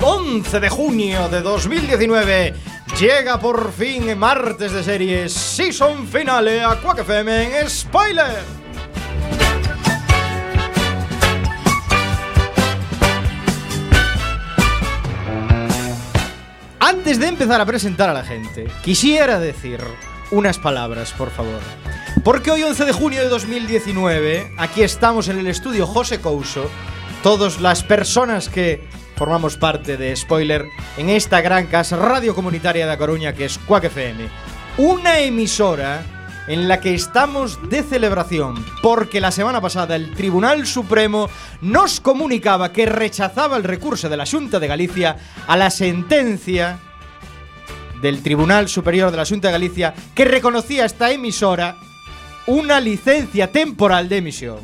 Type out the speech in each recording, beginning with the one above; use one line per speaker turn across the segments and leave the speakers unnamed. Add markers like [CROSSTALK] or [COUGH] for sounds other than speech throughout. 11 de junio de 2019 llega por fin en martes de series Season Finale a Quack FM en Spoiler. Antes de empezar a presentar a la gente, quisiera decir unas palabras, por favor. Porque hoy 11 de junio de 2019, aquí estamos en el estudio José Couso, todas las personas que formamos parte de Spoiler en esta gran casa radio comunitaria de A Coruña que es Quack FM. Una emisora en la que estamos de celebración, porque la semana pasada el Tribunal Supremo nos comunicaba que rechazaba el recurso de la Junta de Galicia a la sentencia del Tribunal Superior de la Junta de Galicia que reconocía a esta emisora una licencia temporal de emisión.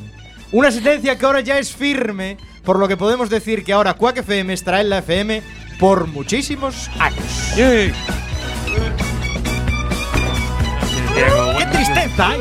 Una sentencia que ahora ya es firme, por lo que podemos decir que ahora Quack FM estará en la FM por muchísimos años. ¡Qué tristeza! hay!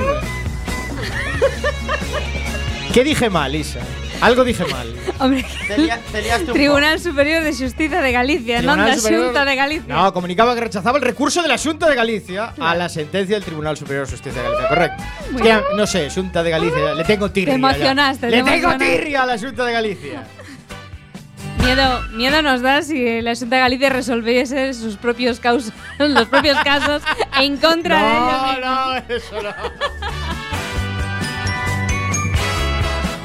¿Qué dije mal, Isa? Algo dije
[LAUGHS]
mal.
Hombre, [LAUGHS] Tribunal Superior de Justicia de Galicia, non
Tribunal
da
Superior-
Xunta de Galicia.
No, comunicaba que rechazaba el recurso de la Junta de Galicia a la sentencia del Tribunal Superior de Justicia de Galicia, correcto. Es que, no sé, Junta de Galicia, le tengo tirria.
Te
ya.
emocionaste,
Le
te
tengo
emocionaste.
tirria a la Junta de Galicia.
Miedo, miedo nos da si la Xunta de Galicia resolviese sus propios causas, [LAUGHS] los propios casos en contra de ellos.
No, no, eso no. [LAUGHS]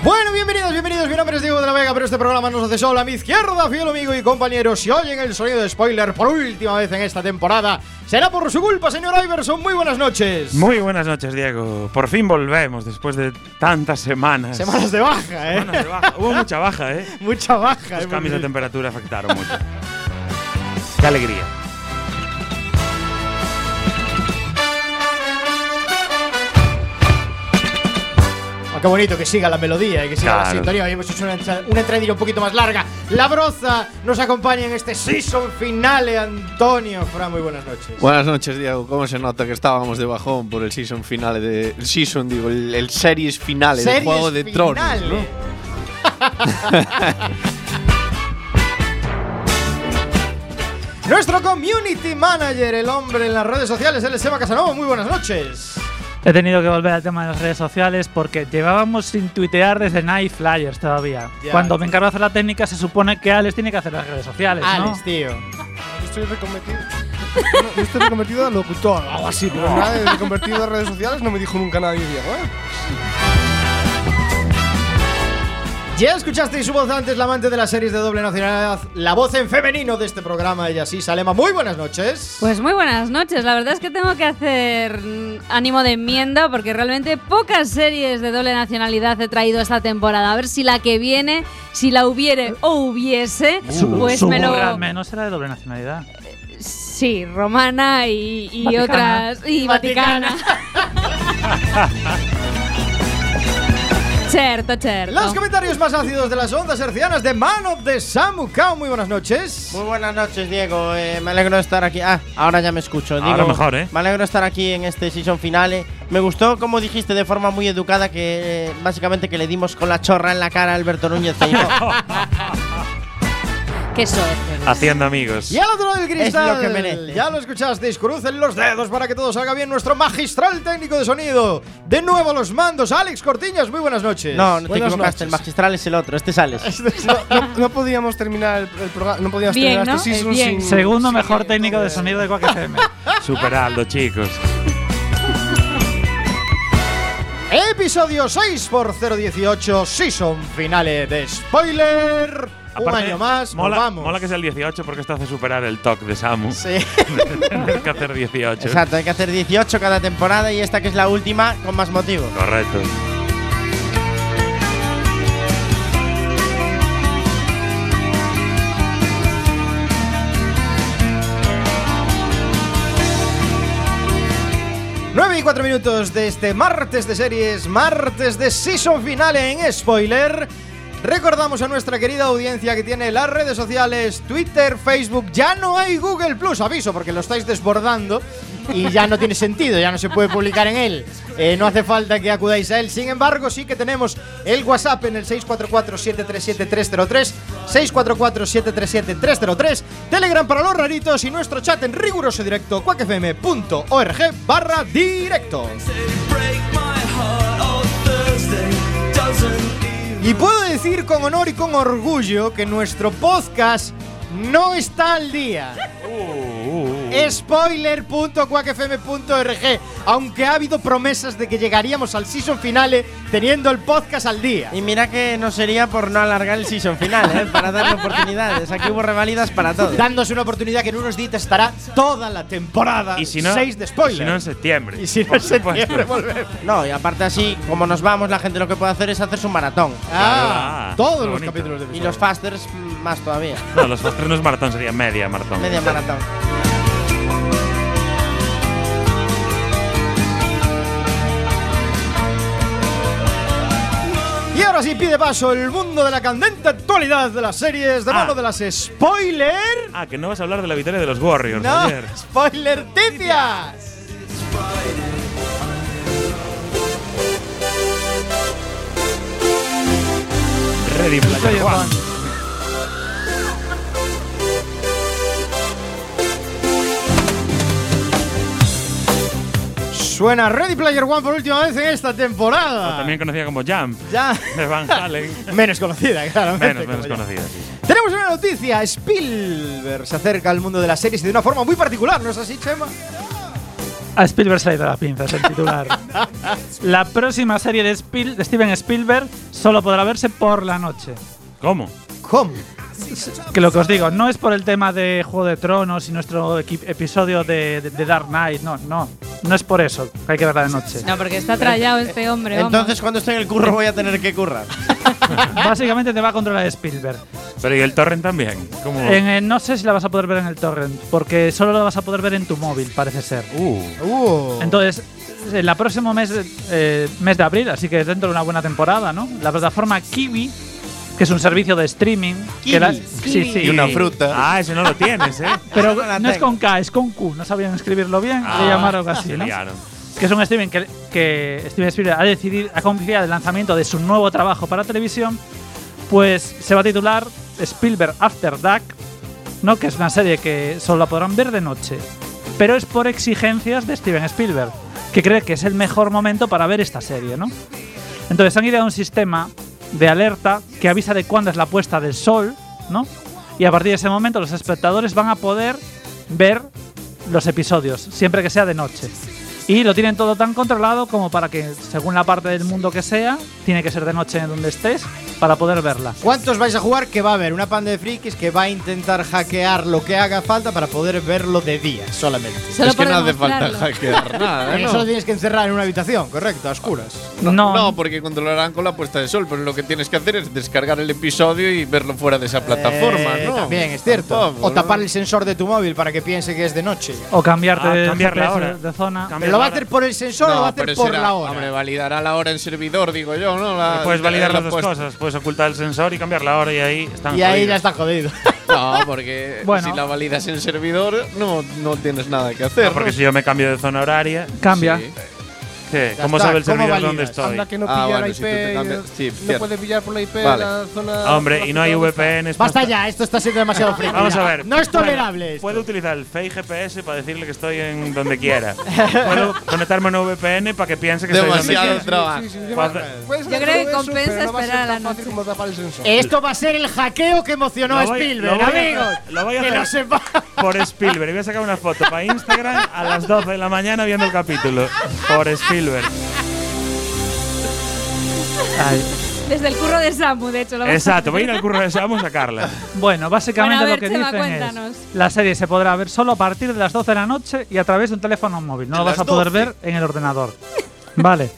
Bueno, bienvenidos, bienvenidos. Mi nombre es Diego de la Vega, pero este programa nos hace solo a mi izquierda, fiel amigo y compañero. Si oyen el sonido de spoiler por última vez en esta temporada, será por su culpa, señor Iverson. Muy buenas noches.
Muy buenas noches, Diego. Por fin volvemos después de tantas semanas.
Semanas de baja, ¿eh?
Semanas de baja. Hubo mucha baja, ¿eh?
[LAUGHS] Mucha baja.
Los
¿eh?
cambios de temperatura afectaron mucho. Qué alegría.
Ah, qué bonito que siga la melodía y que siga la
Claro.
sintonía. Y hemos hecho una, entra- una entradilla un poquito más larga. La broza nos acompaña en este season finale, Antonio. Fran, muy buenas noches.
Buenas noches, Diego. ¿Cómo se nota que estábamos de bajón por el season finale de. El season, digo, el, el series finale de
Series
Juego de
finales.
Tronos, ¿no?
[LAUGHS] Nuestro community manager, el hombre en las redes sociales, él es Eva Casanova. Muy buenas noches.
He tenido que volver al tema de las redes sociales porque llevábamos sin tuitear desde Night Flyers todavía.
Ya,
Cuando
tío.
me encargo de hacer la técnica, se supone que Alex tiene que hacer las redes sociales, ¿no?
Alex, tío.
Yo estoy
[LAUGHS]
reconvertido. no, yo estoy reconvertido a locutor o
Ah,
algo así, pero nada de reconvertido a redes sociales no me dijo nunca nadie bien, ¿eh?
Ya escuchasteis su voz antes, la amante de las series de doble nacionalidad, la voz en femenino de este programa, ella sí, Salema. Muy buenas noches.
Pues muy buenas noches. La verdad es que tengo que hacer mm, ánimo de enmienda porque realmente pocas series de doble nacionalidad he traído esta temporada. A ver si la que viene, si la hubiere o hubiese, pues me lo.
Suburra, al menos era de doble nacionalidad.
Sí, romana y, y
Vaticana.
otras. Y
Vaticana.
vaticana. Cierto, cierto.
Los comentarios más ácidos de las ondas hercianas de Man of the Samucao. Muy buenas noches.
Muy buenas noches, Diego. Eh, me alegro de estar aquí. Ah, ahora ya me escucho.
Ahora
Digo,
mejor, ¿eh?
Me alegro de estar aquí en este season finale. Me gustó, como dijiste, de forma muy educada, que eh, básicamente que le dimos con la chorra en la cara a Alberto Núñez.
[LAUGHS]
e Feijóo.
Qué suerte.
Haciendo amigos.
Y al otro lado del cristal,
Es lo que merece.
ya lo escuchasteis, crucen los dedos para que todo salga bien. Nuestro magistral técnico de sonido, de nuevo a los mandos, Alex Cortiñas, muy buenas noches.
no, no te
Buenas
equivocaste. El
noches.
magistral es el otro.
[LAUGHS]
Este sales.
No, no- no podíamos terminar el, programa, no podíamos
Bien, ¿no?
terminar este season
Eh, bien.
sin.
Segundo
sin
mejor
el
técnico
toque
de sonido de cualquier FM.
Superando, chicos.
Eh, Episodio 6 x 018, season finale de spoiler. Un
Aparte,
año más, nos
mola,
vamos.
mola que sea el 18 porque esto hace superar el talk de Samu. [LAUGHS]
Sí.
Tienes que hacer 18.
Exacto, hay que hacer 18 cada temporada y esta que es la última con más motivo.
Correcto.
Nueve y cuatro minutos de este martes de series, martes de season finale en spoiler. Recordamos a nuestra querida audiencia que tiene las redes sociales, Twitter, Facebook, ya no hay Google Plus, aviso, porque lo estáis desbordando y ya no tiene sentido, ya no se puede publicar en él. Eh, no hace falta que acudáis a él. Sin embargo, sí que tenemos el WhatsApp en el 644-737-303, 644-737-303, Telegram para los raritos y nuestro chat en riguroso directo, cuacfm.org barra directo. Y puedo decir con honor y con orgullo que nuestro podcast no está al día. Spoiler.quackfm.org Aunque ha habido promesas de que llegaríamos al season finale teniendo el podcast al día.
Y mira que no sería por no alargar el season final, ¿eh?
[LAUGHS]
para darle oportunidades. Aquí hubo revalidas para todos.
Dándose una oportunidad que en unos días estará toda la temporada.
Y si no,
6 de
y
spoiler.
si no en septiembre.
Y si no,
por
en septiembre
supuesto.
volvemos.
No, y aparte así, como nos vamos, la gente lo que puede hacer es hacer su maratón.
Ah,
Ah,
todos
qué
los
bonito.
capítulos de
Y
episodio.
los fasters mm, más todavía.
No, los estrenos maratón sería media maratón.
Media maratón.
Y ahora sí pide paso el mundo de la candente actualidad de las series de
Ah.
mano de las spoiler.
Ah, que no vas a hablar de la victoria de los Warriors
No,
ayer.
spoiler ticias.
Ready Player One.
Suena Ready Player One por última vez en esta temporada.
También conocida como Jump.
Ya.
De Van Halen.
menos [LAUGHS] conocida, claramente.
menos, menos
como ya.
conocida, sí.
Tenemos una noticia. Spielberg se acerca al mundo de las series y de una forma muy particular, ¿no es así, Chema?
A Spielberg se le ha ido las pinzas el titular. la próxima serie de, Spiel- de Steven Spielberg solo podrá verse por la noche.
¿Cómo?
¿Cómo?
Que lo que os digo, no es por el tema de Juego de Tronos y nuestro equi- episodio de, de- de Dark Knight, no, no. No es por eso, que hay que verla de noche.
No, porque está trallado este hombre. vamos.
Entonces, cuando estoy en el curro, voy a tener que currar.
[LAUGHS] Básicamente te va a controlar Spielberg.
Pero y el Torrent también. ¿Cómo?
En el- no sé si la vas a poder ver en el torrent, porque solo la vas a poder ver en tu móvil, parece ser.
Uh,
Uh.
Entonces, en la próximo mes, eh, mes de abril, así que dentro de una buena temporada, ¿no? La plataforma Kiwi, que es un servicio de streaming.
Kiwi,
que la-
Kiwi.
Sí, sí.
Y una fruta.
Ah, ese no lo
[LAUGHS]
tienes, ¿eh?
Pero
Ah, [LAUGHS] la
no es
tengo.
con K, es con Q. No sabían escribirlo bien,
Ah,
le llamaron así,
Se
¿no?
liaron.
Que es un streaming que, que Steven Spielberg ha decidido, ha confiado el lanzamiento de su nuevo trabajo para televisión. Pues se va a titular Spielberg After Dark, ¿no? Que es una serie que solo la podrán ver de noche. Pero es por exigencias de Steven Spielberg, que cree que es el mejor momento para ver esta serie, ¿no? Entonces han ideado un sistema de alerta que avisa de cuándo es la puesta del sol, ¿no? Y a partir de ese momento los espectadores van a poder ver los episodios, siempre que sea de noche. Y lo tienen todo tan controlado como para que, según la parte del mundo que sea, tiene que ser de noche en donde estés para poder verla.
¿Cuántos vais a jugar que va a haber una panda de frikis que va a intentar hackear lo que haga falta para poder verlo de día solamente?
Solo
es que
por
no hace falta
demostrarlo.
[LAUGHS] hackear nada, ¿eh?
Eso lo tienes que encerrar en una habitación, correcto, a oscuras.
No,
No, porque controlarán con la puesta de sol, pero lo que tienes que hacer es descargar el episodio y verlo fuera de esa plataforma,
Eh,
¿no?
También es cierto.
Tampoco,
o tapar
¿no?
el sensor de tu móvil para que piense que es de noche.
o cambiarte
Ah,
de,
cambiar la
GPS
hora.
de zona.
Cambia
¿Pero lo va a
la
hacer
hora.
por el sensor o lo va a hacer
pero
por
será-
la hora?
Hombre, validará la hora en servidor, digo yo, ¿no? La-
Puedes validar
la
las dos
puesta.
cosas. Puedes ocultar el sensor y cambiar la hora y ahí están.
y ahí
jodidos.
ya está jodido. [LAUGHS]
No, porque
Bueno.
si la validas en servidor, no, no tienes nada que hacer.
No, porque
¿no?
si yo me cambio de zona horaria,
Cambia.
Sí.
¿qué?
Ya
¿cómo
está,
sabe el
¿cómo
servidor
validas?
dónde estoy?
Anda que no
Ah,
pilla
bueno,
la
si tú te
IP.
cambias- sí,
no
cierto.
puede pillar por la IP
Vale.
la zona.
Ah, Hombre, y no hay VPNs.
Basta ya, esto está siendo demasiado frío.
[LAUGHS] Vamos a ver.
No es tolerable. esto.
Puedo utilizar el Face GPS para decirle que estoy en donde
[LAUGHS]
quiera. Puedo conectarme a una VPN para que piense que estoy donde
Demasiado
quiera.
trabajo.
Sí, sí, sí,
Puedo
lleva-
hacer-
puedes
Yo
hacer
creo que
todo eso,
compensa
pero no va a ser
esperar a
tan
la
fácil
noche.
como tapar el sensor.
Esto va a ser el hackeo que emocionó
Lo
a
voy a-
Spielberg,
lo voy a-
amigos.
lo voy a
que
hacer.
lo [LAUGHS] sepa.
Por Spielberg. Voy a sacar una foto para Instagram a las 12 de la mañana viendo el capítulo. Por
[LAUGHS]
Spielberg.
Ay.
Desde el curro de Samu, de hecho. Lo vas a
Exacto.
hacer.
Voy a ir al curro de Samu
[LAUGHS]
a sacarla.
Bueno, básicamente
Bueno, a ver,
lo que
Chema,
dicen
cuéntanos.
es la serie se podrá ver solo a partir de las 12 de la noche y a través de un teléfono móvil. No lo vas a poder ver en el ordenador. [LAUGHS] vale.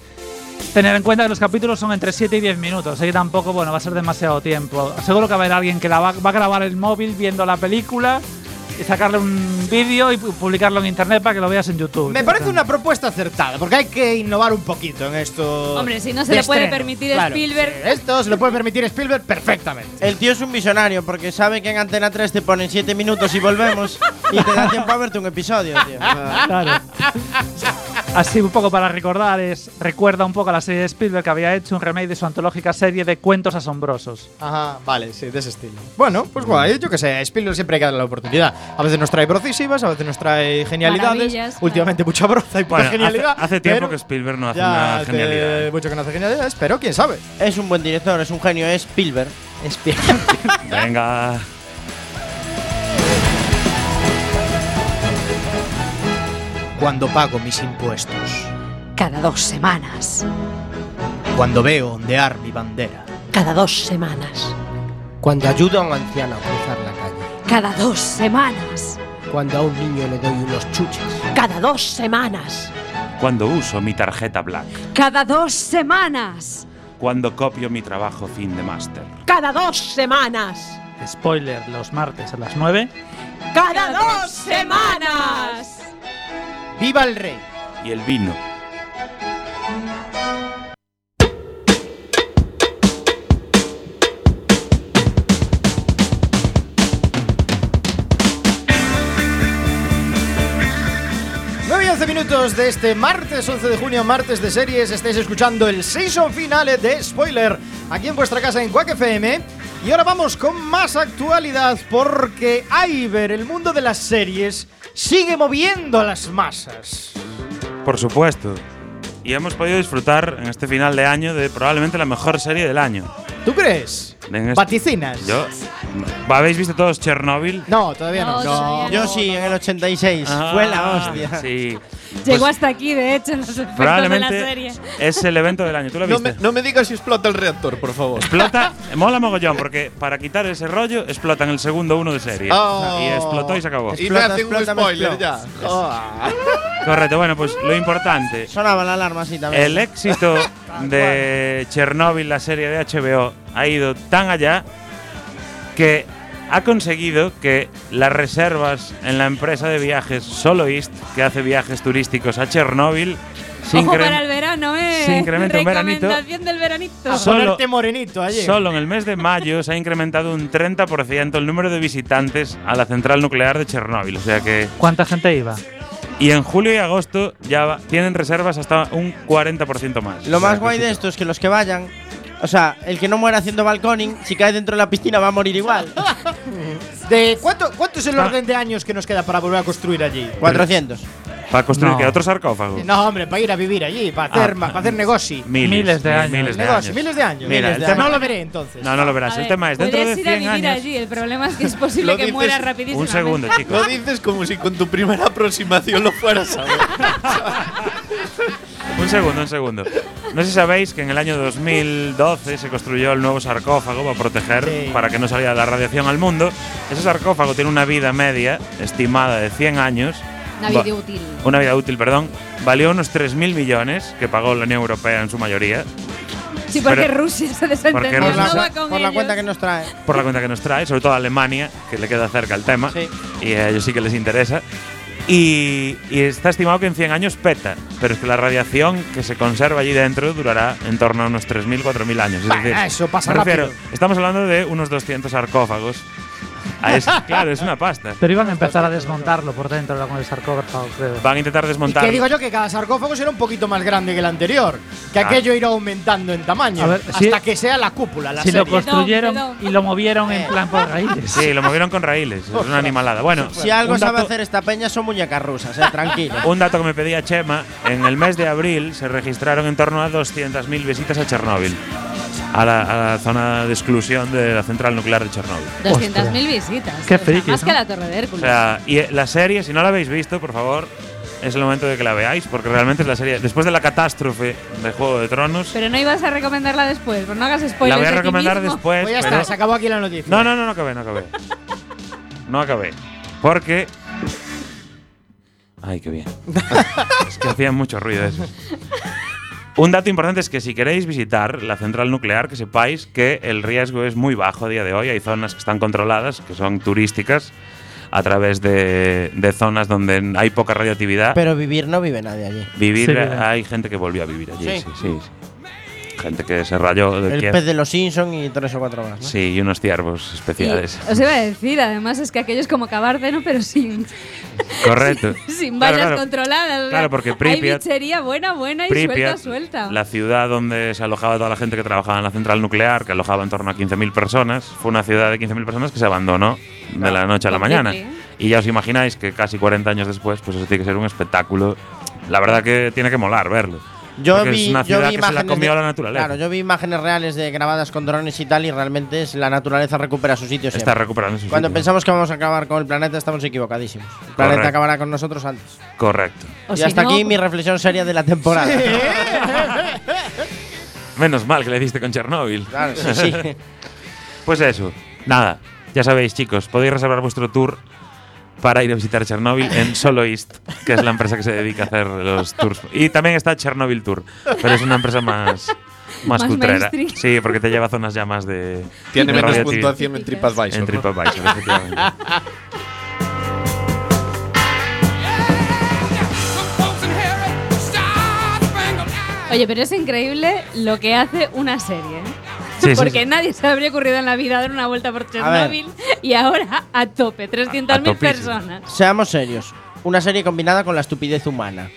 Tener en cuenta que los capítulos son entre 7 y 10 minutos, así que tampoco bueno, va a ser demasiado tiempo. Seguro que va a haber alguien que la va, va a grabar el móvil viendo la película y sacarle un vídeo y pu- publicarlo en internet para que lo veas en YouTube.
Me parece una propuesta acertada, porque hay que innovar un poquito en esto.
Hombre, si no se
de
le puede
estreno.
permitir
Claro.
Spielberg.
Sí, Esto se lo puede permitir Spielberg perfectamente.
El tío es un visionario porque sabe que en Antena 3 te ponen 7 minutos y volvemos y te da tiempo a verte un episodio, tío.
Claro. Así un poco para recordar, es recuerda un poco a la serie de Spielberg que había hecho un remake de su antológica serie de cuentos asombrosos.
Ajá, vale, sí, de ese estilo. Bueno, pues guay, yo qué sé, Spielberg siempre hay que darle la oportunidad. A veces nos trae brocisivas, a veces nos trae genialidades.
Maravillas, claro.
Últimamente mucha broza y poca
Bueno, hace-
genialidad.
hace, tiempo
pero
que Spielberg no hace
ya
una
hace [LAUGHS]
genialidad.
mucho que no hace genialidades, pero quién sabe.
Es un buen director, es un genio, es Spielberg.
Spielberg.
Venga.
Cuando pago mis impuestos,
Cada dos semanas.
cuando veo ondear mi bandera,
Cada dos semanas.
Cuando ayudo a un anciano a cruzar la calle.
Cada dos semanas.
Cuando a un niño le doy unos chuches.
Cada dos semanas.
Cuando uso mi tarjeta Black.
Cada dos semanas.
Cuando copio mi trabajo fin de máster.
Cada dos semanas.
Spoiler, los martes a las 9.
Cada dos semanas.
¡viva el rey!
Y el vino.
Nueve y 11 minutos de este martes 11 de junio, martes de series. Estáis escuchando el season finale de Spoiler aquí en vuestra casa en Quack FM. Y ahora vamos con más actualidad porque Iber, el mundo de las series, sigue moviendo a las masas.
Por supuesto. Y hemos podido disfrutar en este final de año de probablemente la mejor serie del año.
¿Tú crees?
En este-
¿Vaticinas?
Yo. ¿Habéis visto todos Chernobyl?
No, todavía no.
No, todavía no.
Yo sí, en el 86.
Ah,
Fue la hostia.
Sí.
Llegó
Pues
hasta aquí, de hecho, en los efectos de la
Probablemente
serie.
es el evento del año. ¿Tú lo
No
viste?
me, no me digas si explota el reactor, por favor.
Explota, [LAUGHS] mola mogollón, porque para quitar ese rollo explotan el segundo uno de serie.
Oh.
Y explotó y se acabó.
Y me
Explota,
hacen un
explota, me
spoiler ya. Ah,
explota.
Correcto, bueno, pues lo importante.
Sonaba la alarma así también.
El éxito de Chernobyl, la serie de HBO, ha ido tan allá que ha conseguido que las reservas en la empresa de viajes Soloist, que hace viajes turísticos a Chernobyl, se,
Ojo
incre-
para el verano, eh.
se incrementa un veranito.
Recomendación del veranito.
A
Solo-
ponerte morenito ayer.
Solo en el mes de mayo se ha incrementado un 30% el número de visitantes a la central nuclear de Chernóbil. O sea que.
¿Cuánta gente iba?
Y en julio y agosto ya va- tienen reservas hasta un 40% más.
Lo
O sea,
más
que
guay
sí.
de esto es que los que vayan, o sea, el que no muera haciendo balconing, si cae dentro de la piscina va a morir [LAUGHS] igual.
¿De Eh, cuánto, ¿Cuánto es el
Ah.
orden de años que nos queda para volver a construir allí?
400.
¿Para construir
No.
qué? ¿Otro sarcófago?
No, hombre, para ir a vivir allí, para hacer, ma- para hacer negocio.
Ah. Miles,
Miles de
mi-
años.
Miles de
Negocio,
años.
miles de años.
Mira,
Miles
el
de
tema-
años. No lo veré entonces.
No, no lo verás.
A
el
ver,
tema es dentro de
puedes ir a
100
vivir
años.
allí. El problema es que es
Lo
posible que
dices-
muera rapidísimo.
Un segundo,
Lo
chicos.
dices como si con tu primera aproximación lo fueras a ver.
un segundo, un segundo. No sé si sabéis que en el año 2012 se construyó el nuevo sarcófago para proteger,
Sí.
para que no saliera la radiación al mundo. Ese sarcófago tiene una vida media estimada de 100 años.
Una
Va-
vida útil.
una vida útil, perdón, valió unos 3.000 millones que pagó la Unión Europea en su mayoría,
Sí, porque
Pero-
Rusia se
Rusia-
desentendió. No va con
Por la
ellos.
cuenta que nos trae.
por la cuenta que nos trae, sobre todo a Alemania, que le queda cerca el tema,
Sí.
y a ellos sí que les interesa. Y, y está estimado que en 100 años peta, pero es que la radiación que se conserva allí dentro durará en torno a unos 3.000, 4.000 años. Es
Bah,
decir,
eso pasa
me refiero,
rápido.
estamos hablando de unos 200 sarcófagos.
[LAUGHS]
Ah, es- claro, es una pasta.
Pero iban a empezar a desmontarlo por dentro con el sarcófago, creo.
Van a intentar
Y que digo
desmontar.
yo que cada sarcófago será un poquito más grande que el anterior, que
Ah.
aquello irá aumentando en tamaño
A ver,
hasta
sí.
que sea la cúpula, la
Si lo
serie.
construyeron
Perdón,
y lo movieron en
Eh.
plan por raíles.
Sí, lo movieron con raíles. Es una animalada. Bueno,
Si algo
un
sabe
dato-
hacer esta peña son muñecas rusas, eh, tranquilo.
Un dato que me pedía Chema, en el mes de abril se registraron en torno a 200.000 visitas a Chernóbil, a la, a la zona de exclusión de la central nuclear de Chernóbil.
200.000 visitas.
Qué
O sea,
frikis,
Más
¿no?
que la Torre de
O
Hércules.
sea, y eh, la serie, si no la habéis visto, por favor, es el momento de que la veáis, porque realmente es la serie, después de la catástrofe de Juego de Tronos,
Pero no ibas a recomendarla después, pues no hagas spoilers.
la voy a
de ti
recomendar
mismo.
después.
Pues ya
pero-
está, se acabó aquí la noticia.
No, no, no, no acabé, no acabé. No acabé. Porque. Ay, qué bien. es que hacía mucho ruido eso. Un dato importante es que si queréis visitar la central nuclear, que sepáis que el riesgo es muy bajo a día de hoy. Hay zonas que están controladas, que son turísticas, a través de, de zonas donde hay poca radioactividad.
Pero vivir no vive nadie allí.
vivir,
Sí, viven.
hay gente que volvió a vivir allí. Sí,
Sí.
sí, sí. Gente que se rayó de
El
Kiev.
pez de los Simpson y tres o cuatro más. ¿no?
Sí, y unos ciervos
Y
especiales.
os iba a decir, además, es que aquello es como cavardeno, pero sin,
[LAUGHS]
Correcto.
[LAUGHS] Sin
Claro,
vallas
claro.
controladas. o sea,
Claro, porque Pripyat-
Hay bichería buena, buena y
Pripyat,
suelta, suelta.
la ciudad donde se alojaba toda la gente que trabajaba en la central nuclear, que alojaba en torno a 15.000 personas, fue una ciudad de 15.000 personas que se abandonó de la noche a la mañana.
Completely.
Y ya os imagináis que casi 40 años después, pues eso tiene que ser un espectáculo. La verdad que tiene que molar verlo.
Yo
Porque
vi,
es una
yo
ciudad
vi
que se la
imágenes
comió
de-
la naturaleza.
Claro, yo vi imágenes reales de grabadas con drones y tal, y realmente es la naturaleza recupera su sitio.
Está
Pues siempre.
recuperando su
Cuando
sitio.
pensamos que vamos a acabar con el planeta, estamos equivocadísimos. El planeta
Correcto.
acabará con nosotros antes.
Correcto.
O
y
si
hasta
no-
aquí mi reflexión seria de la temporada.
Menos mal que le diste con Chernóbil.
Claro, sí, sí.
Pues eso. Nada. Ya sabéis, chicos, podéis reservar vuestro tour para ir a visitar Chernóbil en Soloist, que es la empresa que se dedica a hacer los tours. Y también está Chernóbil Tour, pero es una empresa más, más,
Más
culturera.
mainstream.
Sí, porque te lleva a zonas ya más de.
Tiene
de
menos
radioactividad.
puntuación en TripAdvisor.
En
¿no?
TripAdvisor, efectivamente.
[LAUGHS]
Oye, pero es increíble lo que hace una serie. ¿eh?
Sí, sí,
Porque
sí.
nadie se habría ocurrido en la vida dar una vuelta por Chernobyl y ahora a tope, 300.000
topísimo.
personas.
Seamos serios. Una serie combinada con la estupidez humana.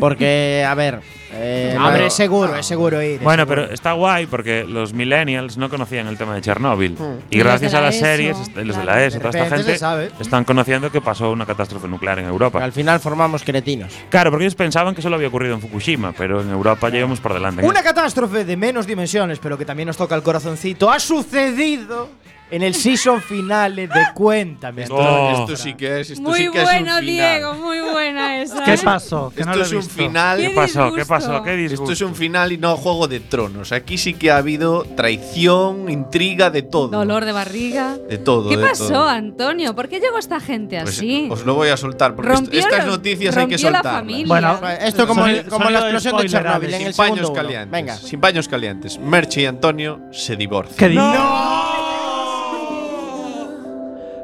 Porque, a ver. eh,
Ah,
Hombre,
no-
es seguro, es seguro ir. es
Bueno,
seguro.
pero está guay porque los millennials no conocían el tema de Chernóbil. Y,
Hmm. Y los
gracias
de
a
la
las
ESO,
series, est- los de
claro.
la ESO,
De
toda esta
repente se
gente,
sabe.
están conociendo que pasó una catástrofe nuclear en Europa.
al final formamos cretinos.
Claro, porque ellos pensaban que solo había ocurrido en Fukushima, pero en Europa llegamos por delante.
Una catástrofe de menos dimensiones, pero que también nos toca el corazoncito, ha sucedido en el season finale de Cuéntame.
Esto-
Esto,
Oh.
esto sí que es. Esto
Muy
sí que es un
bueno,
final.
Diego, muy buena
[LAUGHS]
esa.
¿Qué
¿eh?
pasó? Que no
Esto
lo he
es un
visto.
final.
¿Qué
Qué
pasó? ¿Qué
disgusto.
pasó? ¿Qué disgusto?
Esto es un final y no juego de tronos. Aquí sí que ha habido traición, intriga, de todo.
Dolor de barriga.
De todo.
¿Qué
de
pasó,
todo.
Antonio? ¿Por qué llegó esta gente
Pues,
así?
Os lo voy a soltar porque est-
Rompió
estas
la-
noticias hay que
rompió la
soltar.
familia.
Bueno,
Esto como,
Sonido-
como
sonido
la
de
explosión de
spoiler,
Chernobyl
Alex.
en
Sin
el
paños
segundo uno.
calientes.
Venga.
Sin paños calientes. Merche y Antonio se divorcian.
¿Qué dices?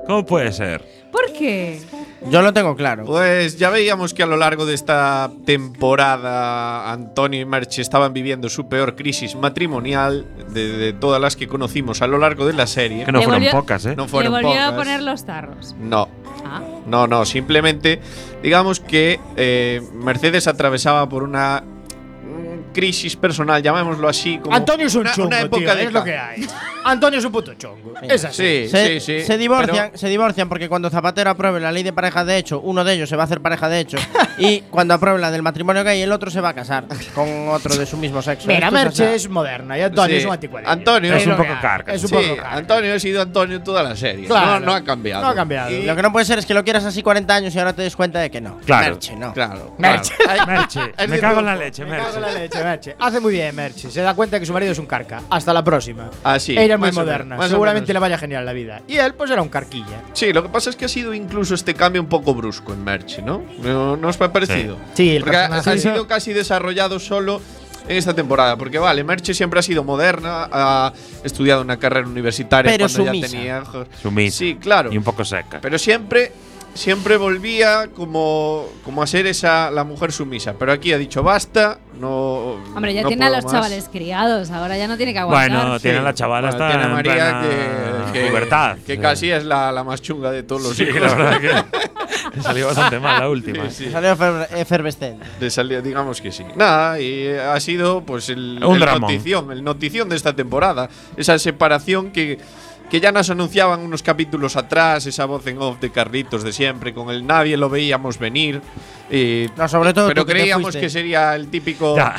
¿Cómo puede ser?
¿Por qué?
Yo lo tengo claro.
Pues ya veíamos que a lo largo de esta temporada Antonio y Merche estaban viviendo su peor crisis matrimonial de, de todas las que conocimos a lo largo de la serie.
Que no
Le
fueron
volvió-
pocas, ¿eh?
No
Le
fueron
volvió a
pocas.
poner los tarros.
No,
Ah.
no, no. Simplemente, digamos que eh, Mercedes atravesaba por una mm, crisis personal, llamémoslo así. Como
Antonio es un
una,
chungo,
una época
tío,
de
es lo
ca-
que hay. Antonio es un puto chongo. Es así.
Sí, sí,
Se,
sí.
se divorcian,
Pero-
se divorcian porque cuando Zapatero apruebe la ley de pareja de hecho, uno de ellos se va a hacer pareja de hecho
[LAUGHS]
y cuando apruebe la del matrimonio gay, el otro se va a casar con otro de su mismo sexo.
Mira,
Esto es
Merche
así.
es moderna y Antonio
Sí.
es un anticuadrillo.
Antonio
Es un
lo que
poco
hay,
carca.
Es un
Sí,
poco carca.
Antonio ha sido Antonio toda la serie.
Claro.
No, no ha cambiado.
No ha cambiado.
Y-
Lo que no puede ser es que lo quieras así 40 años y ahora te des cuenta de que no.
Claro.
Merche, no.
Claro.
Merche.
claro.
Merche,
Es
me
de
cago en
todo.
la leche,
Me cago
Merche.
en la leche, Merche. Hace muy bien, Merche. Se da cuenta que su marido es un carca. Hasta la próxima.
Así,
Ella es muy
Ah, más o menos,
moderna.
más o
Seguramente
menos.
le vaya genial la vida. Y él, pues, era un carquilla.
Sí, lo que pasa es que ha sido incluso este cambio un poco brusco en Merche, ¿no? ¿No, no os ha parecido?
Sí, el
porque ha,
personaje-
ha sido casi desarrollado solo en esta temporada. Porque vale, Merche siempre ha sido moderna, ha estudiado una carrera universitaria
Pero
cuando
sumisa.
ya tenía. jo-
Sumisa.
Sí, claro.
Y un poco seca.
Pero siempre, siempre volvía como, como a ser esa la mujer sumisa. Pero aquí ha dicho basta, no.
Hombre, ya
no
tiene a
puedo
los
más.
chavales criados, ahora ya no tiene que aguantar.
Bueno, tiene a la chavala
Bueno,
está
tiene a María
en
que, que-
libertad.
que casi es la, la más chunga de todos los
Sí,
hijos.
la verdad que le salió bastante mal la última.
Sí, sí.
Salió efer- efervescente.
Le salió, digamos que sí. Nada, y eh, ha sido pues el,
Un
el
dramón.
notición, el notición de esta temporada. Esa separación que, que ya nos anunciaban unos capítulos atrás, esa voz en off de Carlitos de siempre, con el nadie lo veíamos venir. y-
No, sobre todo
pero
tú que te
creíamos
fuiste.
que sería el típico.
Ya.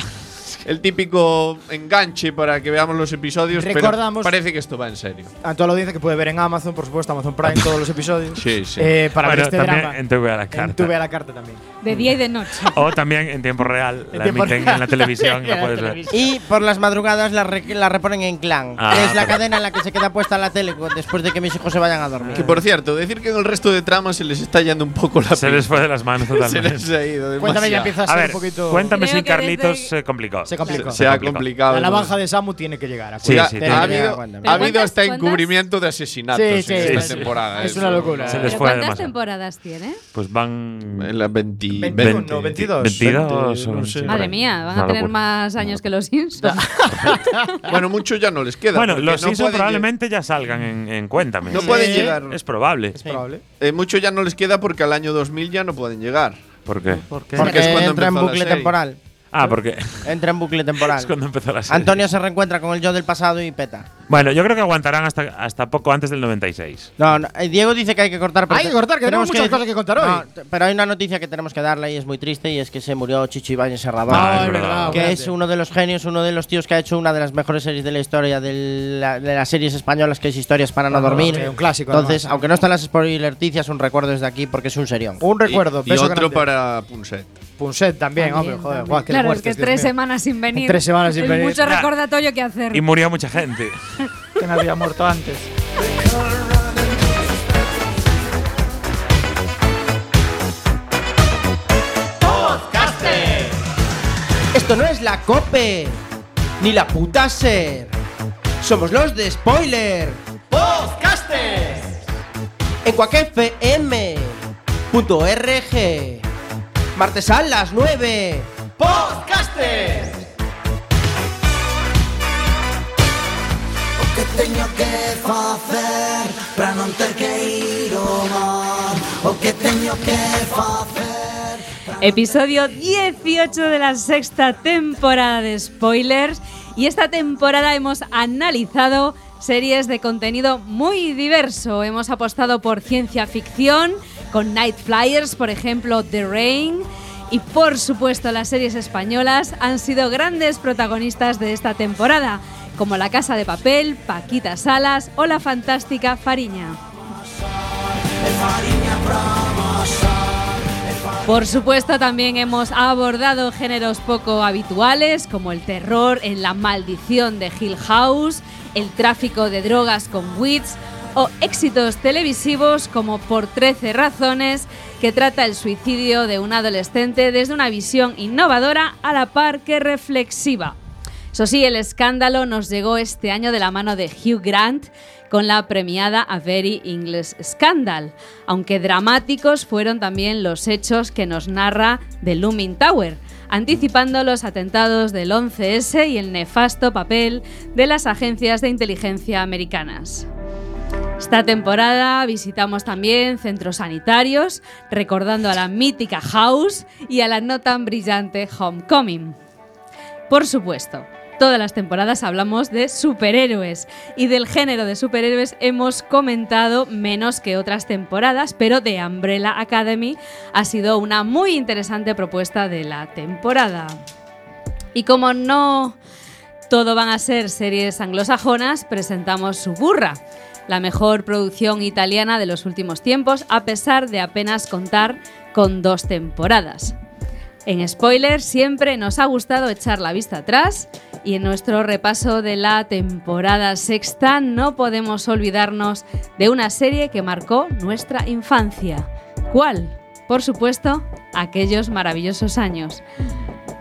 El típico enganche para que veamos los episodios,
Recordamos-
pero parece que esto va en serio.
Ah.
A toda la audiencia que puede ver en Amazon, por supuesto, Amazon Prime, todos los episodios.
Sí, sí.
Eh, para
Bueno,
ver este
también
drama.
en TV a la
En
carta.
tuve a la carta también.
De día y de noche.
O también en tiempo real. La
tiempo
emiten en
real.
la televisión.
En
la
la
puedes ver.
televisión.
Y por las madrugadas la, re- la reponen en clan.
Ah,
que es la
pero-
cadena en la que se queda puesta la tele cu- después de que mis hijos se vayan a dormir.
Que por cierto, decir que en el resto de tramas se les está yendo un poco la
Se les
pinza.
fue de las manos
[LAUGHS] Se
totalmente.
les ha ido
Cuéntame, ya
demasiado.
empieza a
A
ser
ver,
un poquito.
cuéntame
Creo
si
que desde-
Carlitos se complicó.
Se complica.
Se, se ha complicado.
La
el-
navaja de Samu tiene que llegar.
Sí,
acuérdate.
sí,
Te-
tiene
Ha
te-
habido,
aguanta.
ha habido hasta
¿Cuántas-
encubrimiento de asesinatos
Sí, sí,
en esta
sí.
temporada. ¿eh?
Es
eso.
una locura. eh.
Se
¿Pero
les fue de
cuántas
masa.
temporadas tiene?
Pues van.
En la 20,
21,
20,
no, 22.
22 o
no
20,
sé.
por ahí.
Madre mía, van
Una
a tener
locura.
más años que los Simpsons.
[LAUGHS]
Bueno, mucho ya no les queda.
Bueno,
porque
los
no
Simpsons
pueden lle-
probablemente ya salgan en, en Cuéntame.
No pueden llegar.
Es probable.
Probable.
eh, mucho ya no les queda porque al año 2000 ya no pueden llegar.
¿Por qué?
¿Por
Porque
qué?
Porque
es cuando
entra en
empezó la
bucle
serie.
temporal.
Ah, porque
Entra en bucle
[LAUGHS]
temporal.
es cuando empezó la serie.
Antonio se reencuentra con el yo del pasado y peta.
Bueno, yo creo que aguantarán hasta, hasta poco antes del 96.
No, no, eh, Diego dice que hay que cortar. pero
Hay
te-
que cortar, que tenemos muchas
decir-
cosas que contar hoy.
No, t- pero hay una noticia que tenemos que darle y es muy triste y es que se murió Chicho Ibáñez Serrador.
Ah,
Ay,
es verdad.
verdad.
que
grande.
es uno de los genios, uno de los tíos que ha hecho una de las mejores series de la historia de, la- de las series españolas que es Historias para no dormir.
dormir, Ah, un clásico,
Entonces,
además.
aunque no están las spoilerticias, un recuerdo desde aquí porque es un serión.
Un recuerdo.
Y, y
beso
otro
grande.
para Punset.
Punset también, hombre. Joder, guau, qué
claro,
muertes,
es que
Dios
tres
mío.
semanas sin venir.
Tres semanas sin
Es
venir.
mucho
Ya.
recordatorio que hacer.
Y murió mucha gente.
Que me había muerto antes.
Esto no es la COPE, ni la puta SER. Somos los de Spoiler. ¡Podcasters! En cuacfm.org. Martes a las 9. ¡Podcasters!
Episodio 18 de la sexta temporada de Spoilers. Y esta temporada hemos analizado series de contenido muy diverso. Hemos apostado por ciencia ficción, con Night Flyers, por ejemplo, The Rain. Y por supuesto, las series españolas han sido grandes protagonistas de esta temporada, como La Casa de Papel, Paquita Salas o la fantástica Fariña. Por supuesto, también hemos abordado géneros poco habituales como el terror en La Maldición de Hill House, el tráfico de drogas con Wits o éxitos televisivos como Por 13 Razones, que trata el suicidio de un adolescente desde una visión innovadora a la par que reflexiva. Eso sí, el escándalo nos llegó este año de la mano de Hugh Grant con la premiada A Very English Scandal, aunque dramáticos fueron también los hechos que nos narra The Looming Tower, anticipando los atentados del 11S y el nefasto papel de las agencias de inteligencia americanas. Esta temporada visitamos también centros sanitarios, recordando a la mítica House y a la no tan brillante Homecoming. Por supuesto, todas las temporadas hablamos de superhéroes y del género de superhéroes hemos comentado menos que otras temporadas, pero The Umbrella Academy ha sido una muy interesante propuesta de la temporada. Y como no todo van a ser series anglosajonas, presentamos Suburra, la mejor producción italiana de los últimos tiempos, a pesar de apenas contar con dos temporadas. En spoiler siempre nos ha gustado echar la vista atrás y en nuestro repaso de la temporada sexta no podemos olvidarnos de una serie que marcó nuestra infancia. ¿Cuál? Por supuesto, aquellos maravillosos años.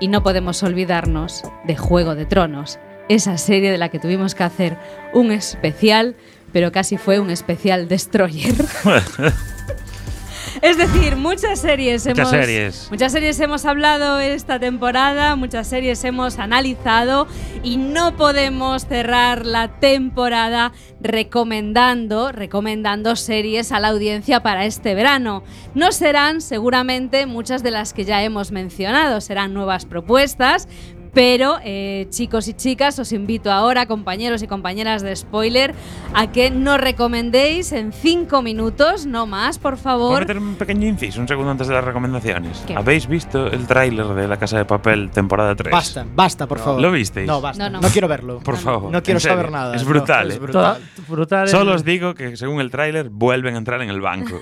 Y no podemos olvidarnos de Juego de Tronos, esa serie de la que tuvimos que hacer un especial, pero casi fue un especial destroyer. es decir, muchas series
Muchas
hemos
series.
muchas series hemos hablado esta temporada, muchas series hemos analizado y no podemos cerrar la temporada recomendando, recomendando series a la audiencia para este verano. No serán seguramente muchas de las que ya hemos mencionado, serán nuevas propuestas, pero eh, chicos y chicas, os invito ahora, compañeros y compañeras de spoiler, a que nos recomendéis en cinco minutos, no más, por
Voy a
favor.
meter un pequeño inciso, un segundo antes de las recomendaciones.
¿Qué?
¿Habéis visto el tráiler de La Casa de Papel temporada 3?
Basta, basta, por favor.
¿Lo visteis?
No, basta.
No,
No,
no.
quiero verlo.
Por favor.
No quiero
en serio,
saber nada.
Es
no,
brutal, ¿eh?
Toda- brutal. el-
Solo os digo que según el tráiler vuelven a entrar en el banco.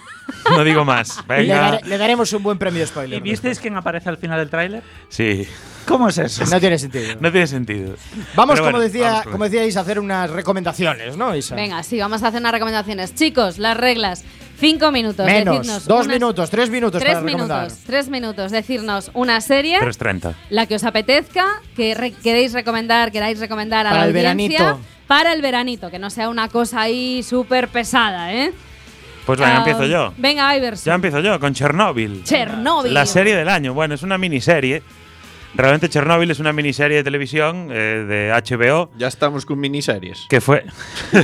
no digo más.
[LAUGHS]
Le,
Venga.
dare- le daremos un buen premio spoiler.
¿Y visteis quién aparece al final del tráiler?
Sí.
¿Cómo es eso?
No tiene sentido.
No tiene sentido.
¿Eh?
Vamos, como,
Pero bueno,
decía,
vamos con
como decíais, a hacer unas recomendaciones, ¿no, Isa?
Venga, sí, vamos a hacer unas recomendaciones. Chicos, las reglas. Cinco minutos.
Menos.
decidnos
Dos
una-
minutos, tres minutos
Tres
para recomendar.
minutos. Tres minutos. Decirnos una serie.
3.30.
la que os apetezca, que re- queréis recomendar, queráis recomendar a
Para
la
el
audiencia
veranito.
para el veranito, que no sea una cosa ahí súper pesada, ¿eh?
Pues venga,
Ah,
empiezo yo.
Venga, Ivers.
Ya empiezo yo con Chernóbil.
Chernóbil.
La serie del año. Bueno, es una miniserie. Realmente Chernóbil es una miniserie de televisión eh, de HBO
Ya estamos con miniseries.
que fue, [LAUGHS]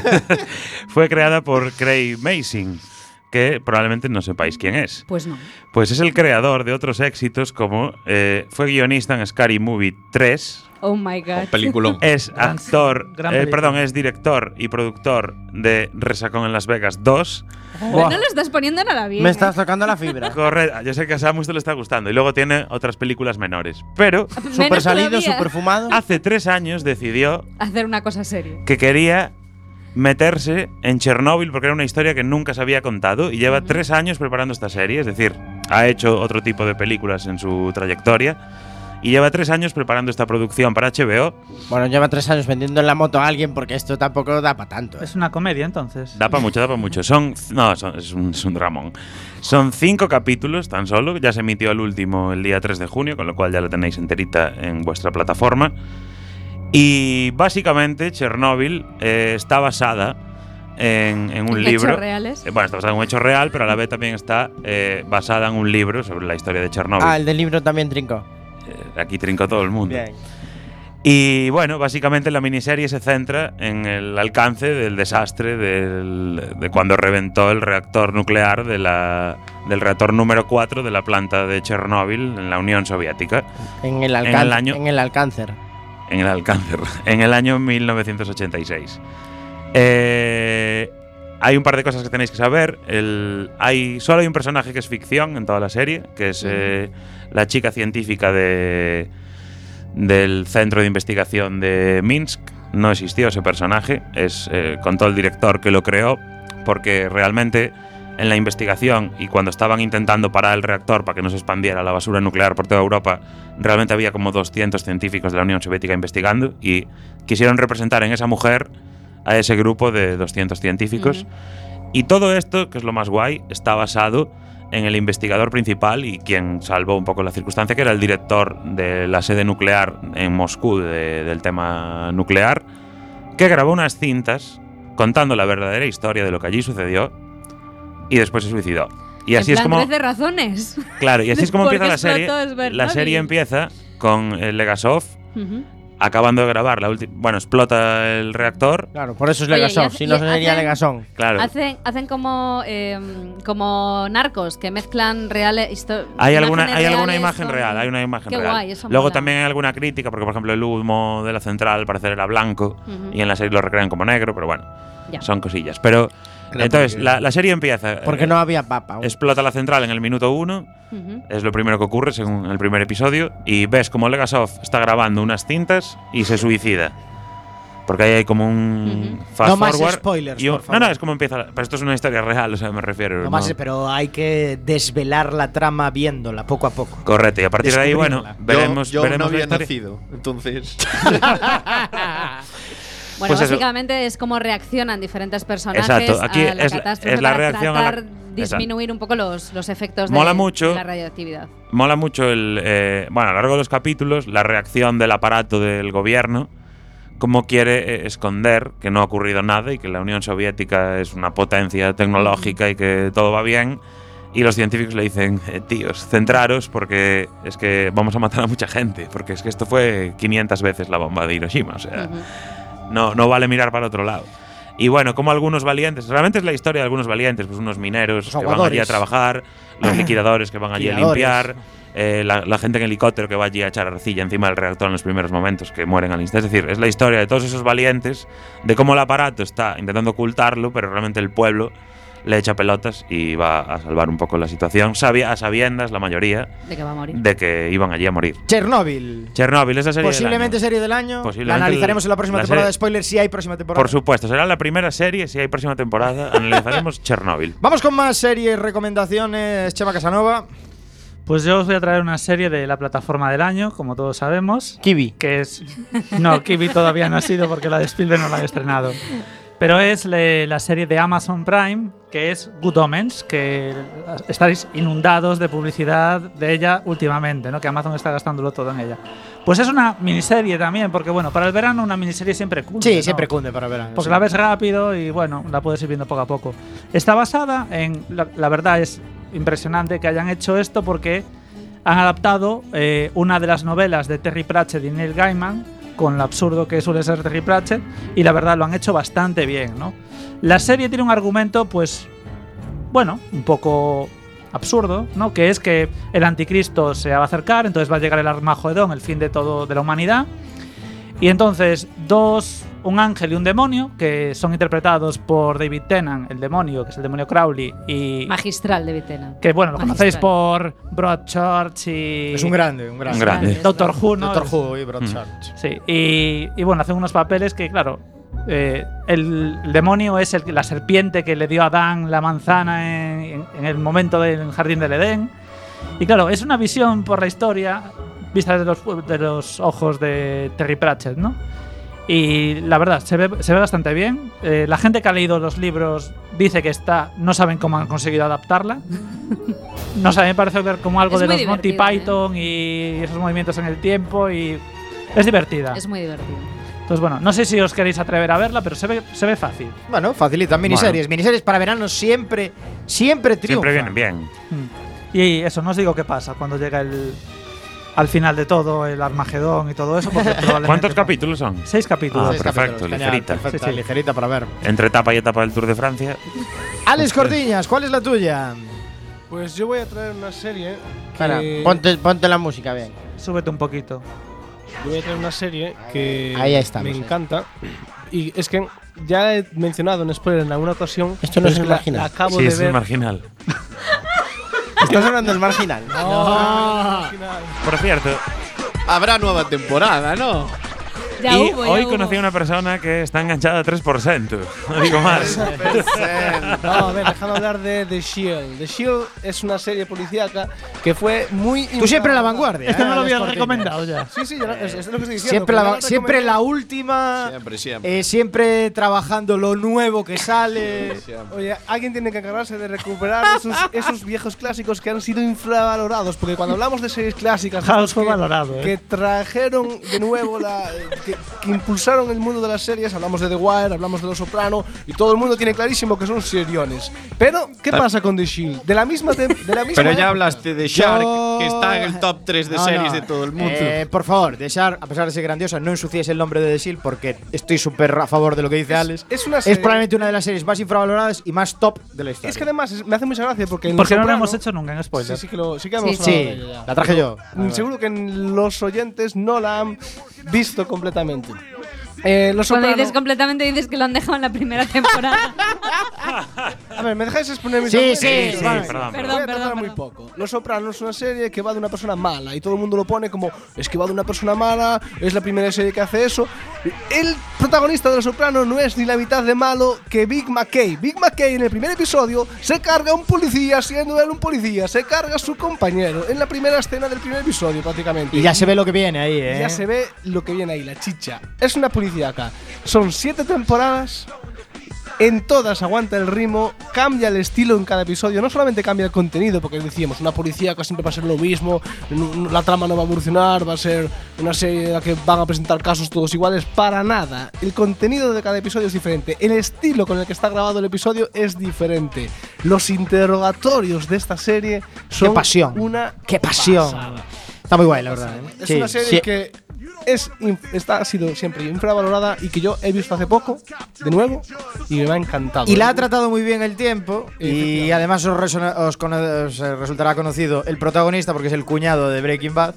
fue creada por Craig Mason, que probablemente no sepáis quién es.
Pues no.
Pues es el creador de otros éxitos como eh, fue guionista en Scary Movie 3,
Oh my god.
Peliculón.
es
Gran-
actor,
gran
eh,
película.
perdón, es director y productor de Resacón en Las Vegas 2.
Pero no lo estás poniendo nada bien.
Me
¿eh?
estás tocando la
[LAUGHS]
fibra.
Correcto, Ah, yo sé que a Samus te le está gustando y luego tiene otras películas menores. Pero
Menos
super salido,
todavía.
super fumado.
hace tres años decidió
Hacer una cosa seria.
que quería meterse en Chernóbil porque era una historia que nunca se había contado y lleva tres años preparando esta serie, es decir, ha hecho otro tipo de películas en su trayectoria y lleva tres años preparando esta producción para HBO.
Bueno, lleva tres años vendiendo en la moto a alguien porque esto tampoco da para tanto. ¿eh?
Es una comedia entonces.
Da para mucho, da para mucho. Son, no, son- es, un, es un dramón. Son cinco capítulos tan solo, ya se emitió el último el día 3 de junio, con lo cual ya la tenéis enterita en vuestra plataforma. Y básicamente Chernóbil eh, está basada en, en un
Hechos
libro.
reales.
Eh, Bueno, está basada en un hecho real, pero a la vez también está eh, basada en un libro sobre la historia de Chernóbil.
Ah, el del libro también trinco.
Eh, aquí trinco todo el mundo.
Bien.
Y bueno, básicamente la miniserie se centra en el alcance del desastre del- de cuando reventó el reactor nuclear de la- del reactor número 4 de la planta de Chernóbil en la Unión Soviética,
En el,
el
alcance, en,
año-
el alcance.
en el alcance, [LAUGHS] en el año 1986. Eh, hay un par de cosas que tenéis que saber. El- hay, solo hay un personaje que es ficción en toda la serie, que es eh, la chica científica de, del Centro de Investigación de Minsk. No existió ese personaje, es, eh, contó el director que lo creó, porque realmente en la investigación y cuando estaban intentando parar el reactor para que no se expandiera la basura nuclear por toda Europa, realmente había como 200 científicos de la Unión Soviética investigando y quisieron representar en esa mujer a ese grupo de 200 científicos. Y todo esto, que es lo más guay, está basado en el investigador principal y quien salvó un poco la circunstancia, que era el director de la sede nuclear en Moscú de- del tema nuclear, que grabó unas cintas contando la verdadera historia de lo que allí sucedió y después se suicidó. Y así
en
es
plan,
como...
13 razones. [LAUGHS]
Claro, y así es como
Porque
empieza la serie.
explotó, es verdad,
La serie
y-
empieza con eh, Legasov
Ujú.
acabando de grabar la última. Bueno, explota el reactor.
Claro, por eso es
Oye, y
Legasón.
hace-
Si no
y
sería
hacen-
Legasón.
Claro.
Hacen, hacen como, eh, como narcos que mezclan reales. histo-
Hay alguna,
imágenes
hay alguna
reales
imagen
con-
real, hay una imagen
Qué
real.
guay, eso
Luego
mola.
también hay alguna crítica, porque por ejemplo el humo de la central al parecer era blanco
Ujú.
y en la serie lo recrean como negro, pero bueno,
Ya.
son cosillas. Pero
Era
entonces
porque-
la, la serie empieza.
Porque
eh,
no había papa. aún.
Explota la central en el minuto uno.
Ujú.
Es lo primero que ocurre según el primer episodio. Y ves como Legasov está grabando unas cintas y se suicida. Porque ahí hay como un fast
No más
forward.
spoilers,
y un-
por favor.
No, no, es como empieza. la- Pero esto es una historia real, o sea, me refiero.
No
¿no?
más, pero hay que desvelar la trama viéndola poco a poco.
Correcto, y a partir de ahí, bueno,
Descubrirla.
veremos.
yo, yo
veremos
no
la
había
historia.
nacido, entonces. [LAUGHS]
Bueno,
Pues eso.
básicamente es como reaccionan diferentes personajes
Exacto, aquí
a la
es la-
catástrofe
es la
para
reacción a la-
tratar disminuir un poco los, los efectos de-
Mola mucho.
de la radioactividad.
Mola mucho el. eh, bueno, a lo largo de los capítulos, la reacción del aparato del gobierno. Cómo quiere eh, esconder que no ha ocurrido nada y que la Unión Soviética es una potencia tecnológica y que todo va bien. Y los científicos le dicen, eh, tíos, centraros porque es que vamos a matar a mucha gente. Porque es que esto fue 500 veces la bomba de Hiroshima. O sea,
Ujú.
no, no vale mirar para otro lado. Y bueno, como algunos valientes, realmente es la historia de algunos valientes, pues unos mineros
Los
que van allí
aguadores.
a trabajar, los liquidadores que van allí a
Liquidadores.
limpiar, eh, la, la gente en helicóptero que va allí a echar arcilla encima del reactor en los primeros momentos, que mueren al instante. Es decir, es la historia de todos esos valientes, de cómo el aparato está intentando ocultarlo, pero realmente el pueblo le echa pelotas y va a salvar un poco la situación, sabia, a sabiendas, la mayoría,
De que va a morir.
de que iban allí a morir.
Chernobyl.
Chernobyl, esa serie. del
Posiblemente
año.
serie del año. La
Posiblemente
analizaremos en la próxima
la
temporada
serie-
de spoilers si hay próxima temporada.
Por supuesto, será la primera serie. Si hay próxima temporada, analizaremos Chernóbil.
Vamos con más series, recomendaciones, Chema Casanova.
Pues yo os voy a traer una serie de la plataforma del año, como todos sabemos.
Kiwi.
que es. No, Kiwi todavía no ha sido porque la de Spielberg no la han estrenado. Pero es le- la serie de Amazon Prime, que es Good Omens, que estáis inundados de publicidad de ella últimamente, ¿no? Que Amazon está gastándolo todo en ella. Pues es una miniserie también, porque bueno, para el verano una miniserie siempre cunde.
Sí,
¿no?
siempre cunde para verano.
Porque
sí.
la ves rápido y bueno, la puedes ir viendo poco a poco. Está basada en. La, la verdad es impresionante que hayan hecho esto porque han adaptado eh, una de las novelas de Terry Pratchett y Neil Gaiman, con lo absurdo que suele ser Terry Pratchett, y la verdad lo han hecho bastante bien, ¿no? La serie tiene un argumento, pues. Bueno, un poco absurdo, ¿no? Que es que el anticristo se va a acercar, entonces va a llegar el Armagedón, el fin de todo de la humanidad. Y entonces, dos, un ángel y un demonio, que son interpretados por David Tennant, el demonio, que es el demonio Crowley, y.
Magistral de Vitena.
que bueno, lo conocéis
magistral.
por Broadchurch y.
Es un grande, un grande.
Un grande.
Doctor Who, ¿no?
Doctor Who y Broadchurch.
Sí, y, y bueno, hacen unos papeles que, claro, eh, el, el demonio es el, la serpiente que le dio a Adán la manzana en, en- en el momento del jardín del Edén. Y claro, es una visión por la historia vista desde los, de los ojos de Terry Pratchett, ¿no? Y la verdad, se ve, se ve bastante bien. Eh, la gente que ha leído los libros dice que está. No saben cómo han
[LAUGHS]
conseguido adaptarla. No sé, me parece ver como algo
Es
de
muy
los Monty
divertida, ¿eh?
Python y esos movimientos en el tiempo. Y es divertida.
Es muy divertido.
Entonces, bueno, no sé si os queréis atrever a verla, pero se ve, se ve fácil.
Bueno, facilitan miniseries. Miniseries para verano siempre, siempre triunfan.
Siempre vienen bien.
Mm. Y eso, no os digo qué pasa cuando llega el. Al final de todo, el Armagedón y todo eso. porque probablemente-
¿Cuántos capítulos son?
Seis capítulos.
Ah,
Seis
perfecto,
capítulos,
ligerita.
perfecta,
Sí, sí.
ligerita para ver.
Entre etapa y etapa del Tour de Francia.
Alex Cordiñas, ¿cuál es la tuya?
Pues yo voy a traer una serie. Que
Para, ponte, ponte la música, bien.
Súbete un poquito.
Yo voy a traer una serie que
Ahí estamos,
me
ahí.
encanta. Y es que ya he mencionado en spoiler en alguna ocasión.
Esto no
pero
es el
que la-
marginal.
la acabo
Sí,
de
es el
ver.
marginal.
Estás hablando del marginal.
Por cierto,
Habrá nueva temporada, ¿no?
Ya
y
hubo, ya
hoy
hubo.
conocí a una persona que está enganchada a 3%. [LAUGHS] No digo más.
No, a ver, déjame hablar de The Shield. The Shield es una serie policíaca que fue muy.
Tú siempre a la vanguardia.
Este
¿eh,
no lo
Alex
había
Cortiñas?
recomendado ya.
Sí, sí, yo no- es, es lo que estoy diciendo.
Siempre
que
la,
no
va- siempre
recomiendo-
la última.
Siempre, siempre.
eh, siempre trabajando lo nuevo que sale.
siempre.
Oye, alguien tiene que encargarse de recuperar
[LAUGHS]
esos, esos viejos clásicos que han sido infravalorados. Porque cuando hablamos de series clásicas.
House
que-
fue valorado, ¿eh?
Que trajeron de nuevo la. Que, que impulsaron el mundo de las series. Hablamos de The Wire, hablamos de Los Soprano. Y todo el mundo tiene clarísimo que son seriones. Pero, ¿qué pasa con The Shield? De la misma. tem- De
[LAUGHS]
la misma
Pero ya hablaste de Shark,
Yo-
que está en el top 3 de
No, no.
series de todo el mundo.
Eh, por favor, dejar, a pesar de ser grandiosa, no ensucies el nombre de The Shield porque estoy súper a favor de lo que dice Alex.
es una serie-
probablemente una de las series más infravaloradas y más top de la historia.
Es que además es- me hace mucha gracia porque. en
Porque no
Los
lo
Soprano-
hemos hecho nunca en
Sí,
spoiler.
sí que lo, sí que hemos hablado de
sí,
ella ya.
la traje yo.
Mm, Seguro que en los oyentes no la han visto completamente. Eh, los
Cuando
Soprano-
dices completamente dices que lo han dejado en la primera [LAUGHS] temporada.
A ver, ¿me dejáis exponer mis
Sí,
argumentos?
sí,
Sí,
vale.
perdón.
Voy a
Perdón,
tratar
perdón,
muy
perdón.
poco. Los Soprano es una serie que va de una persona mala y todo el mundo lo pone como es que va de una persona mala, es la primera serie que hace eso. El protagonista de Los Soprano no es ni la mitad de malo que Big McKay. Big McKay en el primer episodio se carga a un policía siendo él un policía, se carga a su compañero en la primera escena del primer episodio prácticamente.
Y ya se ve lo que viene ahí, ¿eh?
Ya se ve lo que viene ahí, la chicha. Es una acá. Son siete temporadas. En todas aguanta el ritmo, cambia el estilo en cada episodio. No solamente cambia el contenido, porque decíamos, una policíaca siempre va a ser lo mismo, no- no- la trama no va a evolucionar, va a ser una serie en la que van a presentar casos todos iguales. Para nada. El contenido de cada episodio es diferente. El estilo con el que está grabado el episodio es diferente. Los interrogatorios de esta serie son
pasión.
una
¡Qué pasión!
pasada.
Está muy guay, la verdad. ¿eh?
Es
Sí.
una serie
Sí.
que es inf- está, ha sido siempre infravalorada y que yo he visto hace poco, de nuevo, y me ha encantado.
Y la ha tratado muy bien el tiempo y
Efectivamente.
además os, resona- os cono- os, eh, resultará conocido el protagonista porque es el cuñado de Breaking Bad.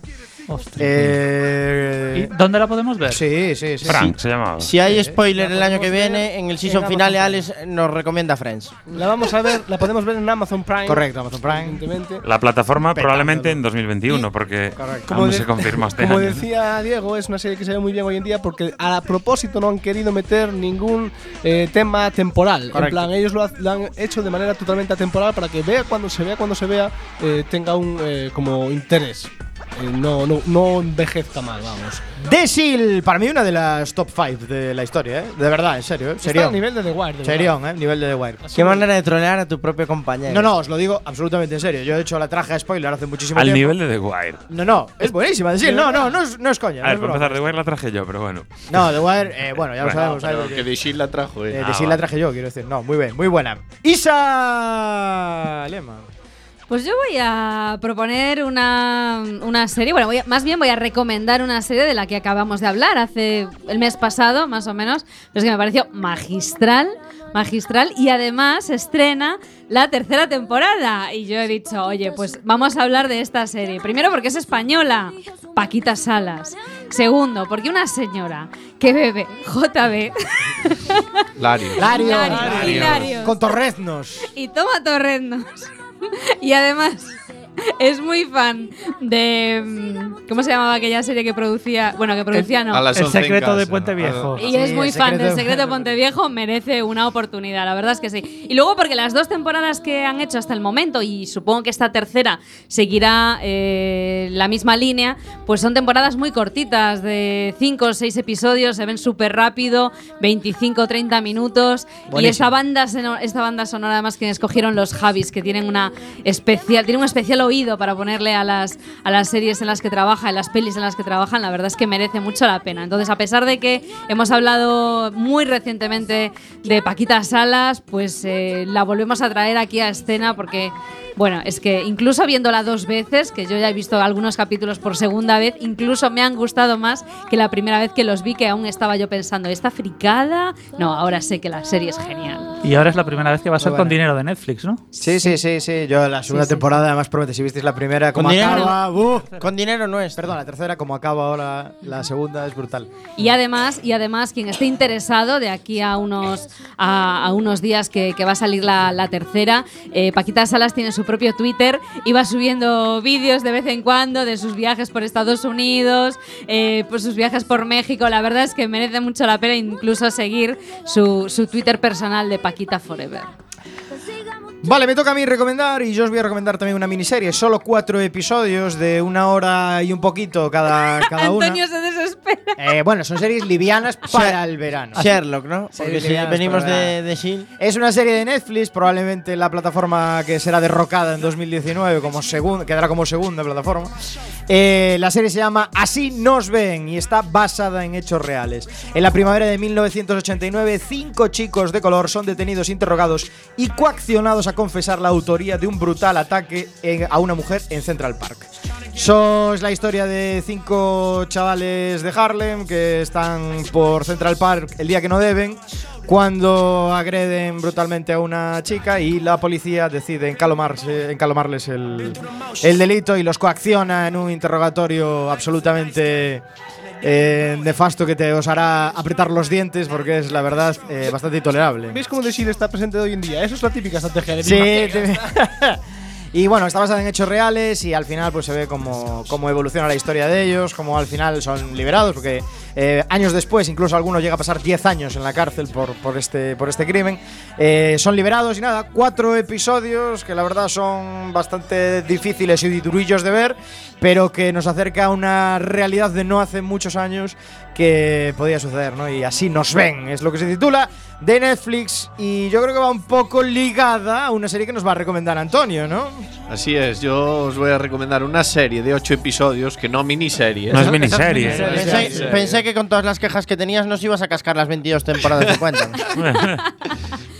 Hostia. ¿Y
Eh,
dónde la podemos ver?
sí, sí, sí.
Frank se llamaba.
Si hay spoiler el año que
podemos
viene,
ver
en el
en
season
Amazon
final,
Prime.
Alex nos recomienda Friends.
La vamos a ver, la podemos ver en Amazon Prime.
Correcto, Amazon Prime.
Evidentemente.
La plataforma
Petándolo.
probablemente en 2021, porque
Como
aún no
de-
se confirma este
Como
año.
decía Diego, es una serie que se ve muy bien hoy en día porque a propósito no han querido meter ningún eh, tema temporal. En
Correcto.
plan, ellos lo, ha- lo han hecho de manera totalmente atemporal para que vea cuando se vea, cuando se vea, eh, tenga un eh, como interés. eh, no, no, no envejezca mal, vamos.
Desil, para mí una de las top 5 de la historia, ¿eh? De verdad, en serio, ¿eh?
Está a
Serión.
nivel de The Wire. de verdad.
Serión, ¿eh? Nivel de The Wire.
Así
Qué
que-
manera de trolear a tu propio compañero.
No, no, os lo digo absolutamente en serio. Yo, de hecho, la traje a spoiler hace muchísimo
Al
tiempo.
nivel de The Wire.
No, no, es buenísima, Desil. No, no, no es, no es coña.
A ver,
no, es
para
broma.
empezar, The Wire la traje yo, pero bueno.
no, The Wire, eh, bueno, ya lo
Bueno,
sabemos.
Pero
¿sabes?
que de Shield la trajo, eh.
Eh,
Ah,
de sí
vale.
la traje yo, quiero decir. No, muy bien, muy buena. Isa Lema.
Pues yo voy a proponer una, una serie, bueno, voy a- más bien voy a recomendar una serie de la que acabamos de hablar hace el mes pasado, más o menos, pero es que me pareció magistral, magistral, y además estrena la tercera temporada. Y yo he dicho, oye, pues vamos a hablar de esta serie. Primero porque es española, Paquita Salas. Segundo, porque una señora que bebe JB
Lario.
Lario.
Lario. Lario.
Con torreznos.
y toma torrendos. [LAUGHS] y además es muy fan de mm, ¿cómo se llamaba aquella serie que producía? Bueno, que producía no.
A las
El
11 en
secreto de
casa. Ah,
Puente Viejo.
Y es
Sí,
muy
el
fan del
secreto-
Secreto Ponteviejo, merece una oportunidad, la verdad es que sí. Y luego porque las dos temporadas que han hecho hasta el momento, y supongo que esta tercera seguirá eh, la misma línea, pues son temporadas muy cortitas, de 5 o 6 episodios, se ven súper rápido, 25 o 30 minutos. Y esta banda, seno- esta banda sonora además que escogieron los Javis, que tienen, una especial, tienen un especial oído para ponerle a las, a las series en las que trabaja, en las pelis en las que trabajan, la verdad es que merece mucho la pena. Entonces, a pesar de que hemos hablado muy recientemente de Paquita Salas, pues eh, la volvemos a traer aquí a escena porque, bueno, es que incluso viéndola dos veces, que yo ya he visto algunos capítulos por segunda vez, incluso me han gustado más que la primera vez que los vi, que aún estaba yo pensando, ¿está fricada? No, ahora sé que la serie es genial.
Y ahora es la primera vez que va a ser
Muy
con
buena.
dinero de Netflix, ¿no?
Sí, sí, sí, sí. Yo la segunda
sí.
temporada, además, promete, si visteis la primera, como
dinero.
acaba. ¡buh!
Con dinero no es.
Perdón, la tercera, como acaba ahora la segunda, es brutal.
Y además, y además quien esté interesado de aquí a unos, a, a unos días que, que va a salir la, la tercera, eh, Paquita Salas tiene su propio Twitter y va subiendo vídeos de vez en cuando de sus viajes por Estados Unidos, eh, por sus viajes por México. La verdad es que merece mucho la pena incluso seguir su, su Twitter personal de Paquita Forever.
Vale, me toca a mí recomendar y yo os voy a recomendar también una miniserie. Solo cuatro episodios de una hora y un poquito cada, cada una.
[LAUGHS] Antonio se desespera.
Eh, bueno, son series livianas para el verano.
Sherlock, ¿no?
Sí,
Porque
sí,
si
ya,
venimos
es verdad.
de, de Shield.
Es una serie de Netflix, probablemente la plataforma que será derrocada en 2019, como segun- quedará como segunda plataforma. Eh, la serie se llama Así nos ven y está basada en hechos reales. En la primavera de 1989, cinco chicos de color son detenidos, interrogados y coaccionados a confesar la autoría de un brutal ataque en- a una mujer en Central Park. So, es la historia de cinco chavales de Harlem que están por Central Park el día que no deben, cuando agreden brutalmente a una chica y la policía decide encalomarse- encalomarles el, el delito y los coacciona en un interrogatorio absolutamente eh, nefasto que te os hará apretar los dientes porque es la verdad eh, bastante intolerable.
¿Veis cómo The Shield está presente hoy en día? Eso es la típica estrategia de
Sí,
Big Mac.
te- [LAUGHS] Y bueno, está basada en hechos reales y al final pues se ve cómo, cómo evoluciona la historia de ellos, cómo al final son liberados, porque eh, años después, incluso alguno llega a pasar 10 años en la cárcel por, por, este, por este crimen, Eh, son liberados y nada, cuatro episodios que la verdad son bastante difíciles y durillos de ver, pero que nos acerca a una realidad de no hace muchos años que podía suceder, ¿no? Y así nos ven, es lo que se titula de Netflix y yo creo que va un poco ligada a una serie que nos va a recomendar Antonio, ¿no?
Así es, yo os voy a recomendar una serie de 8 episodios que no miniserie.
No es
[LAUGHS]
miniserie.
Esa-
¿eh?
esa-
Pensé,
esa-
pensé que con todas las quejas que tenías nos ibas a cascar las 22 temporadas que cuentan.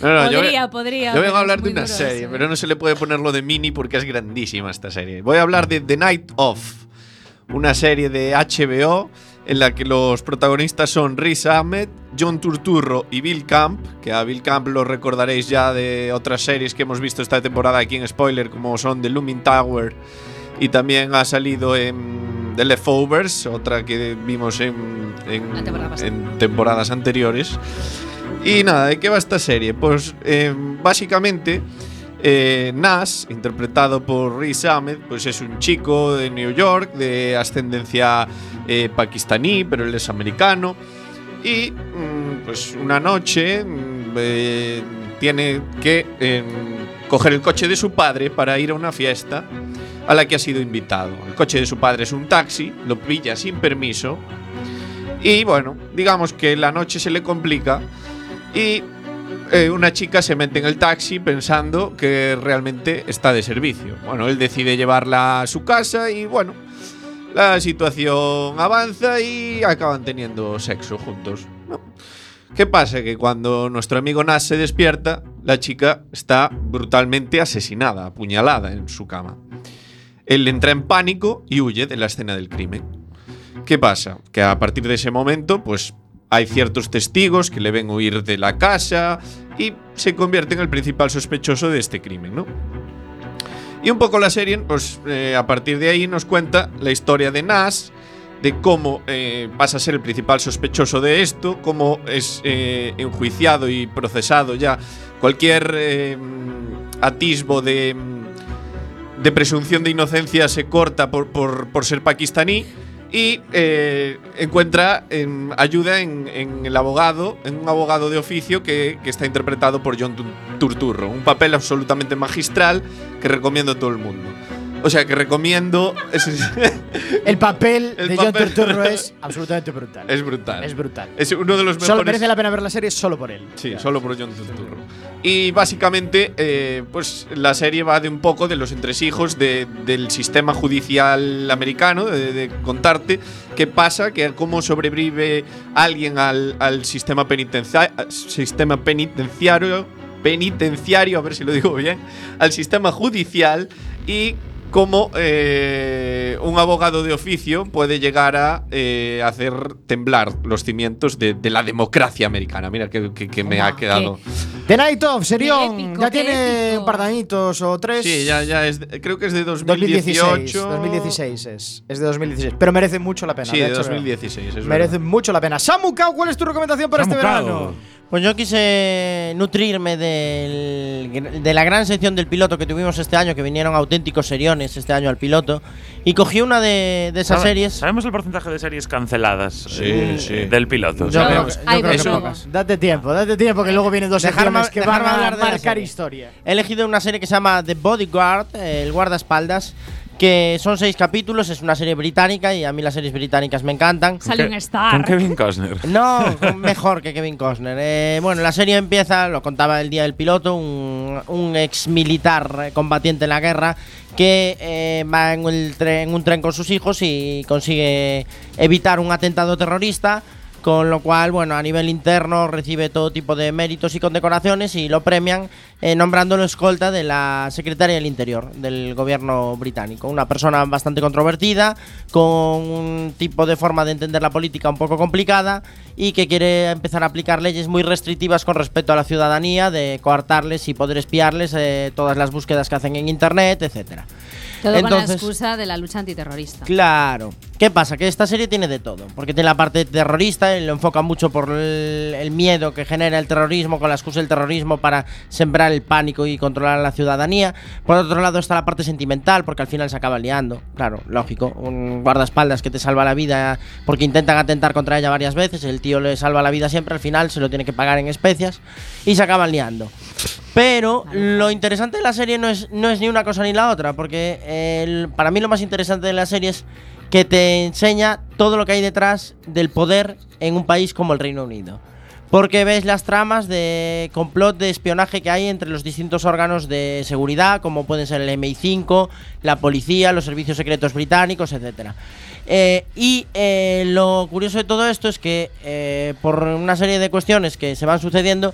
No, no, yo-
podría, podría.
Yo
pero
vengo
es
a hablar de
muy
una
duro
serie,
eso.
pero no se le puede poner lo de mini porque es grandísima esta serie. Voy a hablar de The Night Of, una serie de HBO en la que los protagonistas son Riz Ahmed, John Turturro y Bill Camp, que a Bill Camp lo recordaréis ya de otras series que hemos visto esta temporada aquí en Spoiler, como son The Looming Tower y también ha salido en The Leftovers, otra que vimos en, en-
La temporada pasada.
en temporadas anteriores. Y nada, ¿de qué va esta serie? Pues eh, básicamente eh, Nas, interpretado por Riz Ahmed, pues es un chico de New York, de ascendencia eh, pakistaní, pero él es americano. Y mm, pues una noche mm, eh, tiene que em, coger el coche de su padre para ir a una fiesta a la que ha sido invitado. El coche de su padre es un taxi, lo pilla sin permiso y bueno, digamos que la noche se le complica y eh, una chica se mete en el taxi pensando que realmente está de servicio. Bueno, él decide llevarla a su casa y bueno, la situación avanza y acaban teniendo sexo juntos. ¿no? ¿Qué pasa? Que cuando nuestro amigo Nas se despierta, la chica está brutalmente asesinada, apuñalada en su cama. Él entra en pánico y huye de la escena del crimen. ¿Qué pasa? Que a partir de ese momento, pues hay ciertos testigos que le ven huir de la casa y se convierte en el principal sospechoso de este crimen, ¿no? Y un poco la serie, pues eh, a partir de ahí nos cuenta la historia de Nas, de cómo eh, pasa a ser el principal sospechoso de esto, cómo es eh, enjuiciado y procesado ya cualquier eh, atisbo de, de presunción de inocencia se corta por, por- por ser pakistaní. Y eh, encuentra em, ayuda en, en el abogado, en un abogado de oficio que, que está interpretado por John Tu- Turturro. Un papel absolutamente magistral que recomiendo a todo el mundo. O sea, que recomiendo. es- [LAUGHS]
El papel
El
de John
papel.
Turturro
[LAUGHS]
es absolutamente brutal.
Es brutal.
Es brutal.
Es uno de los mejores.
Solo merece la pena ver la serie solo por él.
Sí, solo por John Turturro. Y básicamente, eh, pues la serie va de un poco de los entresijos de- del sistema judicial americano, de, de contarte qué pasa, que cómo sobrevive alguien al, al sistema, penitencia- sistema penitenciario, penitenciario, a ver si lo digo bien, al sistema judicial y cómo eh, un abogado de oficio puede llegar a eh, hacer temblar los cimientos de, de la democracia americana. Mira que, que- que me ha
Toma,
quedado.
The Night of Serión.
Qué épico,
ya
qué
tiene
épico.
un par de añitos o tres.
Sí, ya, ya es, de- creo que es de
2016.
2018.
2016 es. Es de 2016. Pero merece mucho la pena.
Sí,
de
de
hecho,
2016. es
Merece
verdad.
mucho la pena. Samu Kau, ¿cuál es tu recomendación para este
Samu Kau.
verano?
Pues yo quise nutrirme del gr- de la gran sección del piloto que tuvimos este año, que vinieron auténticos seriones este año al piloto, y cogí una de, de esas
Sabe-
series.
Sabemos el porcentaje de series canceladas eh,
Sí, sí.
del piloto.
Yo creo
Luego,
que- yo
hay
creo que
luego.
pocas. Date tiempo, date tiempo, que luego vienen dos
Dejarme-
secciones que van
dejarme
a
hablar de la
marcar
serie.
historia.
He elegido una serie que se llama The Bodyguard, eh, el guardaespaldas, que son seis capítulos, es una serie británica y a mí las series británicas me encantan.
Con
Sale un
Ke-
star.
Con Kevin Costner.
No, mejor que Kevin Costner. Eh, bueno, la serie empieza, lo contaba el día del piloto, un, un ex militar eh, combatiente en la guerra que eh, va en, el tre- en un tren con sus hijos y consigue evitar un atentado terrorista. Con lo cual, bueno, a nivel interno recibe todo tipo de méritos y condecoraciones y lo premian eh, nombrándolo escolta de la secretaria del Interior del gobierno británico. Una persona bastante controvertida, con un tipo de forma de entender la política un poco complicada y que quiere empezar a aplicar leyes muy restrictivas con respecto a la ciudadanía, de coartarles y poder espiarles eh, todas las búsquedas que hacen en Internet, etcétera.
Todo con la
Entonces-
excusa de la lucha antiterrorista.
Claro. ¿Qué pasa? Que esta serie tiene de todo. Porque tiene la parte terrorista, y lo enfoca mucho por el, el miedo que genera el terrorismo, con la excusa del terrorismo para sembrar el pánico y controlar a la ciudadanía. Por otro lado está la parte sentimental, porque al final se acaba liando. Claro, lógico. Un guardaespaldas que te salva la vida porque intentan atentar contra ella varias veces. El tío le salva la vida siempre, al final se lo tiene que pagar en especias. Y se acaban liando. Pero lo interesante de la serie no es, no es ni una cosa ni la otra, porque eh, el- para mí lo más interesante de la serie es que te enseña todo lo que hay detrás del poder en un país como el Reino Unido. Porque ves las tramas de complot de espionaje que hay entre los distintos órganos de seguridad, como pueden ser el MI5, la policía, los servicios secretos británicos, etcétera. Eh, y eh, lo curioso de todo esto es que eh, por una serie de cuestiones que se van sucediendo,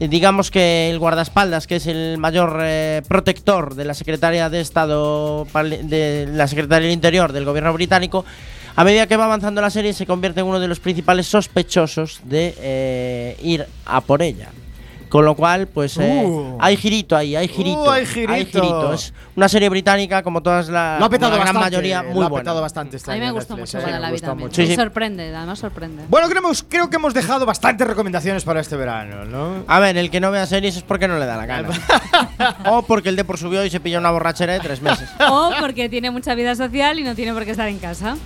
eh, digamos que el guardaespaldas, que es el mayor eh, protector de la secretaria de Estado, pal- de la secretaria del Interior del gobierno británico, a medida que va avanzando la serie se convierte en uno de los principales sospechosos de eh, ir a por ella. Con lo cual, pues eh,
Uh.
hay girito ahí, hay girito.
Uh, hay girito.
Es una serie británica, como todas las.
Lo ha petado
Ah, gran
bastante.
mayoría,
lo
muy
ha
buena.
petado bastante este
a mí
año
me
en
gustó
Netflix,
mucho
eh,
para
me
la
gustó
vida. también.
mucho.
Sí, sí.
Sorprende, además sorprende.
Bueno, creo, creo que hemos dejado bastantes recomendaciones para este verano, ¿no?
A ver, el que no vea series es porque no le da la
[LAUGHS]
gana. o porque el Depor subió y se pilló una borrachera de tres meses. [LAUGHS]
O porque tiene mucha vida social y no tiene por qué estar en casa.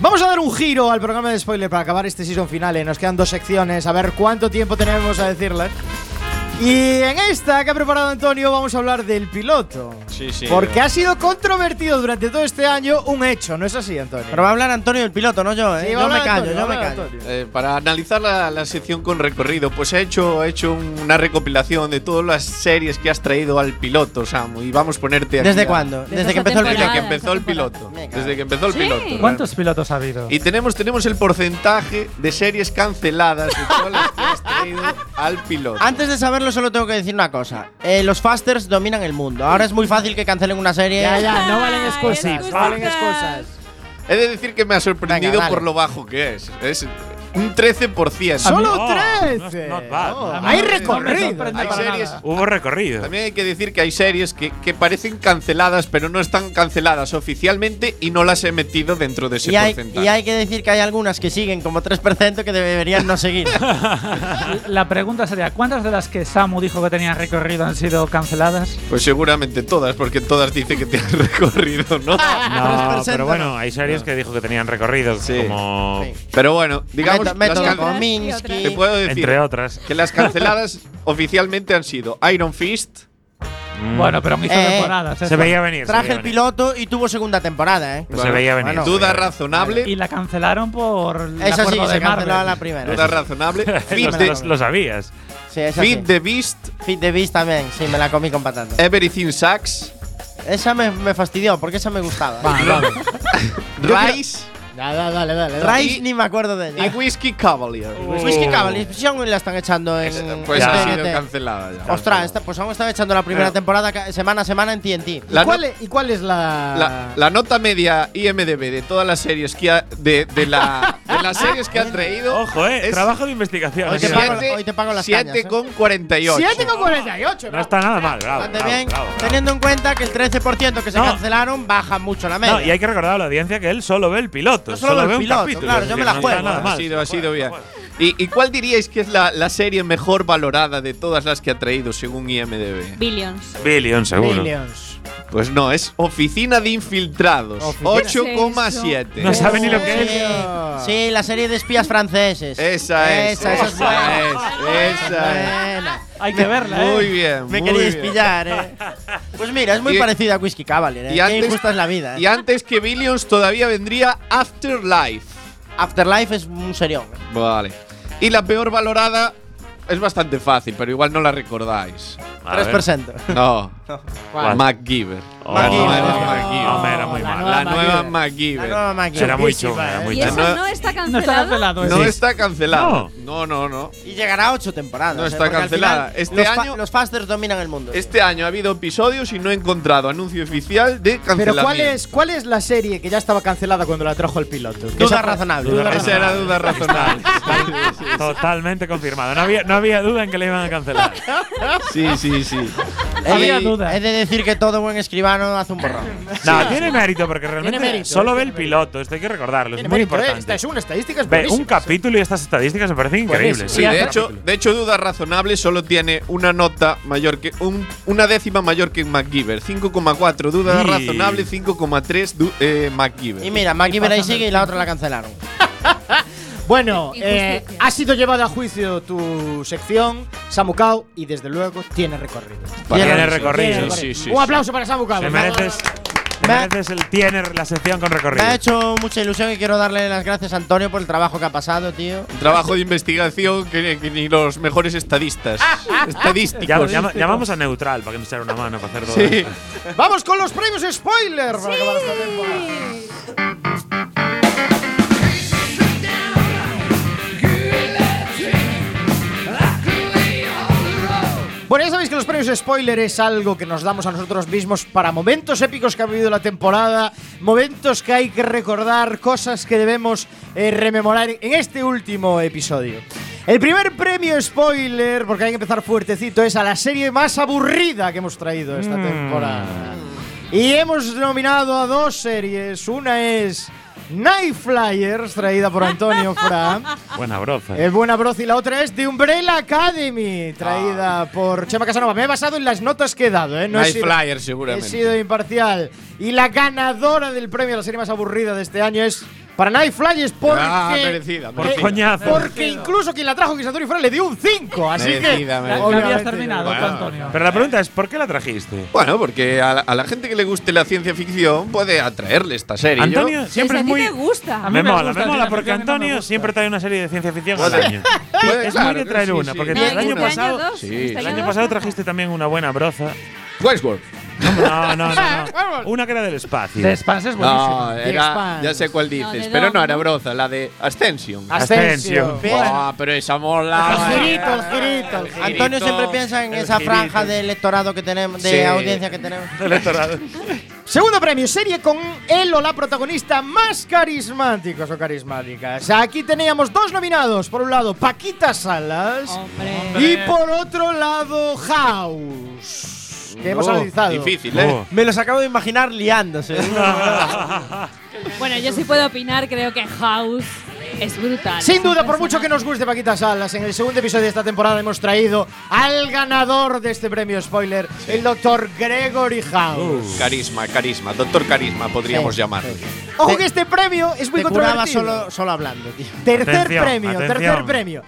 Vamos a dar un giro al programa
eh.
de spoiler para acabar este season final. Nos quedan dos secciones, a ver cuánto tiempo tenemos a decirlas.
Y en esta que ha preparado Antonio vamos a hablar del piloto.
Sí, sí.
Porque ha sido controvertido durante todo este año un hecho, ¿no es así, Antonio?
Pero va a hablar Antonio el piloto, no yo, ¿eh?
Sí, va a
yo me
hablar
callo,
Antonio, va
yo
a
me
hablar
callo.
Antonio.
Eh, para analizar la, la sección con recorrido, pues ha hecho, ha hecho una recopilación de todas las series que has traído al piloto, Samu. Y vamos a ponerte aquí.
¿Desde
a-
cuándo?
Desde
Desde,
esta
que empezó el
Desde
piloto.
que
temporada.
empezó el
esa temporada.
piloto.
Me cago.
Desde que empezó el
Sí.
piloto.
¿Cuántos pilotos ha habido?
Y tenemos, tenemos el porcentaje de series canceladas de todas las que has traído al piloto.
Antes de saberlo, solo tengo que decir una cosa. Eh, los fasters dominan el mundo. Ahora es muy fácil que cancelen una serie.
Ya, ya, no valen
Ay,
excusas,
excusas.
no valen excusas.
He de decir que me ha sorprendido
Venga, dale.
por lo bajo que es. Es un 13%.
A mí-
¡Solo
Oh, no
13!
es- not bad.
No,
A mí
hay
no me
recorrido.
sorprende
Hay
para
series-
nada.
Hubo recorrido.
También hay que decir que hay series que, que parecen canceladas, pero no están canceladas oficialmente y no las he metido dentro de ese
Y hay,
porcentaje.
y hay que decir que hay algunas que siguen como 3% que deberían no seguir.
[LAUGHS]
La pregunta sería, ¿cuántas de las que Samu dijo que tenían recorrido han sido canceladas?
Pues seguramente todas, porque todas dicen que tienen recorrido,
No,
¿no?
3%
pero bueno,
no.
hay series que dijo que tenían recorridos,
Sí.
como
Sí.
Pero bueno, digamos,
Meto-
las
método
can-
con-
Kominsky.
te puedo decir
entre otras.
que las canceladas oficialmente han sido Iron Fist,
Mm.
Bueno, pero han hizo
Eh,
temporadas.
se
eso.
veía venir. se
Traje
veía
el
¿eh?
venir.
piloto y tuvo segunda temporada, ¿eh?
Pues se veía venir.
Bueno,
se
Duda
veía venir.
Razonable,
Y la cancelaron por el
Esa sí,
acuerdo de
se canceló a
Marvel.
la primera.
Duda
[LAUGHS]
Razonable, Fit
Lo-
the,
lo- lo sabías.
Sí, esa sí.
Feed the Beast,
Fit the Beast también, sí, me la comí con patatas.
Everything Sucks,
Esa me, me fastidió, porque esa me gustaba.
Rise
Dale, dale, dale. dale.
Rice
y-
ni me acuerdo de
y
ella.
Whiskey Cavalier.
Oh.
Whiskey Cavalier, si aún Pues la están echando en,
Pues
en
ha
TNT.
sido cancelada ya.
Ostras, esta, pues aún están echando la primera
Pero-
temporada ca- semana a semana en TNT.
La
¿Y, cuál es, ¿Y cuál es la.?
La, la nota media IMDB de todas las series que ha, de, de la, de las series
[LAUGHS]
que ha traído
Ojo, eh.
es
Trabajo de investigación. eh,
Hoy te
Sí.
pago- hoy te pago las cañas, ¿eh?
7,48.
7,48.
No está nada mal, bravo.
Ah,
Bastante
bravo,
bien,
bravo, bravo.
teniendo en cuenta que el 13% que se
No.
cancelaron baja mucho la media.
No, y hay que recordar a la audiencia que él solo ve el piloto.
No solo ve el
ve un
piloto,
capítulo,
claro,
así
yo
que
me la
no
juego,
está nada
eh.
Ha
mal.
sido, ha sido
Bueno,
bien.
bueno.
¿Y, y cuál diríais que es la, la serie mejor valorada de todas las que ha traído según IMDB?
Billions.
Billion, seguro.
Millions.
Pues no, es Oficina de Infiltrados.
Oficina.
No
8,7.
sabe ni lo que es.
Sí, sí, la serie de espías franceses.
Esa es.
Esa, esa es buena.
es, esa es.
Buena.
Hay que verla, ¿eh?
Muy bien.
Me
muy
queríais
bien.
pillar, eh. Pues mira, es muy
Y-
parecida a Whiskey Cavalier, eh.
y
Qué
antes-
injusta es la vida, eh.
Y antes que Billions todavía vendría Afterlife.
Afterlife es un serión. eh.
Vale. Y la peor valorada es bastante fácil, pero igual no la recordáis.
A ver.
3%.
No.
¿Cuál?
MacGyver.
Oh,
La
MacGyver.
nueva
Oh,
MacGyver.
Hombre, era muy
la
mal.
La
nueva
nueva
MacGyver.
La
MacGyver.
nueva máquina.
Era muy chunga, era
eh.
muy
¿Y
Ya
eso
no-
no está
No está
cancelado?
cancelado.
No
ese.
está cancelada. No, no, no.
Y llegará a ocho temporadas.
No
eh,
está
porque al
cancelada.
final
Este
los fa-
año-
los fasters dominan el mundo.
Este año ha habido episodios y no he encontrado anuncio oficial de
Pero
cancelamiento.
¿cuál es, ¿cuál es la serie que ya estaba cancelada cuando la trajo el piloto? Que
Duda
esa-
razonable.
Duda
Esa era duda razonable.
Totalmente confirmado. No había, no había duda en que le iban a cancelar.
Sí, sí, sí.
He de-
Había duda.
He de decir que todo buen escribano hace un
[LAUGHS]
borrón.
No, tiene mérito porque realmente
mérito,
solo ve
tiene
el piloto. Esto hay que recordarlo. Es
Tiene
muy
mérito, ¿eh?
importante.
Esta es una estadística. Es
Ve un
buenísima.
capítulo y estas estadísticas me parecen increíbles.
Sí, de hecho, de hecho, duda razonable solo tiene una nota mayor que. un- una décima mayor que en MacGyver. 5,4. Duda
Y-
razonable, 5,3 du- eh, MacGyver.
Y mira, MacGyver ahí sigue y la otra la cancelaron.
Bueno,
Injusticia.
eh, ha sido llevada a juicio tu sección, Samucao, y desde luego tiene recorrido.
Para-
Tiene
sí,
recorrido.
Sí, sí, sí.
Un aplauso para Samucao.
Te
por favor.
mereces, te
Me-
mereces el tiene la sección con
Me
recorrido.
ha hecho mucha ilusión y quiero darle las gracias a Antonio por el trabajo que ha pasado, tío.
Un Trabajo de investigación que, que ni los mejores [LAUGHS] estadistas. estadísticos.
Llama- llama- llamamos a neutral para que nos echara una mano para hacer todo.
Sí.
esto.
Vamos con los premios spoiler. para acabar esta temporada. Bueno, ya sabéis que los premios spoiler es algo que nos damos a nosotros mismos para momentos épicos que ha vivido la temporada, momentos que hay que recordar, cosas que debemos eh, rememorar en este último episodio. El primer premio spoiler, porque hay que empezar fuertecito, es a la serie más aburrida que hemos traído esta temporada. Y hemos nominado a dos series. Una es Night Flyers, traída por Antonio Fran.
Buena broza.
Eh,
Es buena broz y la otra es The Umbrella
Ah.
Academy, traída por Chema Casanova. Me he basado en las notas que he dado, ¿eh? No he
Night
sido-
Flyer,
He
seguramente.
sido imparcial. Y la ganadora del premio a la serie más aburrida de este año es para Night Flyers porque. eh,
Ah, merecida,
Por
merecida.
coñazo.
Porque incluso quien la trajo, que es Antonio Fran, le dio un 5. Así
Merecida,
que.
merecida.
No habías
Obviamente,
terminado,
bueno.
Antonio.
Pero la pregunta es, ¿por qué la trajiste?
Bueno, porque a la, a la gente que le guste la ciencia ficción puede atraerle esta serie. Yo- Eh,
Antonio siempre es
Pues a ti
muy...
te gusta.
A mí
Me
me
mola,
gusta,
me mola,
tío,
porque
a mí no me
Antonio
gusta.
siempre trae una serie de ciencia ficción al
Joder.
año.
Puede-
es
claro
muy de
que
traer
sí,
una,
sí.
porque
No,
el
este
año
año
pasado...
dos,
sí,
este
el
El
año
año
dos
pasado
no.
trajiste también una buena broza.
Westworld.
No, no, no.
[LAUGHS]
no. Una que era del espacio.
The Expanse es buenísimo.
No,
The
era,
Expanse.
ya sé cuál
No,
dices,
de
pero
Dogma.
no era broza, la de Ascension.
Ah,
Ascensión.
Buah, pero esa mola. eh.
El girito, el girito, el girito.
Antonio siempre piensa en
el
esa
girito.
franja de electorado que tenemos, de
Sí.
audiencia que tenemos.
Electorado.
Segundo premio, serie con él o la protagonista más carismáticos o carismáticas. Aquí teníamos dos nominados. Por un lado, Paquita Salas.
Hombre.
Y por otro lado, House. Que hemos
Oh,
analizado.
Difícil, ¿eh?
Oh.
Me los acabo de imaginar [LAUGHS] liándose.
Bueno, yo sí puedo opinar, creo que House es brutal.
Sin duda, por mucho que nos guste Paquita Salas, en el segundo episodio de esta temporada hemos traído al ganador de este premio spoiler, el doctor Gregory House.
Carisma, carisma, doctor carisma podríamos llamarlo.
Ojo que este premio es muy
Te curaba
controvertido.
solo, solo hablando, tío.
Tercer
Atención,
premio, tercer
atención.
premio.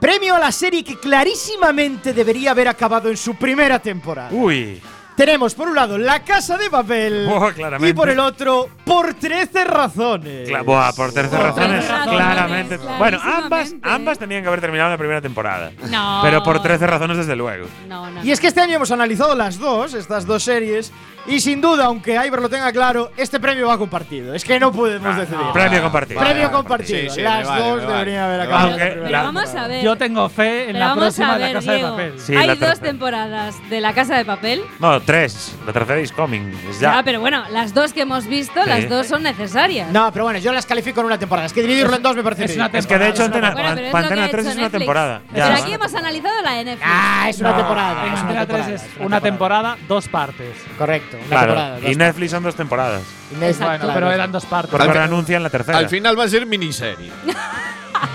Premio a la serie que clarísimamente debería haber acabado en su primera temporada.
Uy.
Tenemos por un lado La Casa de Papel
[LAUGHS] Oh, claramente.
y por el otro Por 13 razones.
Cla- Buah, por terceras
Por
razones,
trece razones,
claramente. Bueno, ambas,
clarísimamente.
ambas tenían que haber terminado la primera temporada.
No.
Pero por 13 razones, desde luego.
No, no.
Y es que este año hemos analizado las dos, estas dos series, y sin duda, aunque Iber lo tenga claro, este premio va compartido. Es que no podemos
Ah,
decidir.
Premio compartido.
Premio
Vale,
compartido.
sí, sí,
las
me vale,
dos
me vale.
deberían haber
Me
acabado.
vale.
en
pero
la
la-
vamos a ver.
Yo tengo fe en
Pero
la
vamos
próxima
a
de
ver,
la Casa
Diego.
de Papel.
Sí, la
Hay dos
tercera.
temporadas de La Casa de Papel.
No, tres. La tercera is coming. Es ya.
Ah, pero bueno, las dos que hemos visto,
Sí.
las dos son necesarias.
No, pero bueno, yo las califico en una temporada. Es que dividirlo en dos me parece
es una
ridículo.
es que de hecho,
es una
Antena,
Bueno, pero es lo que ha
Antena
hecho
3 es una
Netflix.
temporada.
Pero
Ya.
aquí hemos analizado la de Netflix.
Ah, es una temporada.
En
es una
Antena 3
temporada,
es
es
una temporada, dos partes.
Correcto, una temporada.
Claro.
dos-
Y Netflix son dos temporadas.
Inés,
Exacto.
claro.
Pero eran dos partes.
Porque
Al
ahora
fin-
anuncian la tercera.
Al final va a ser miniserie.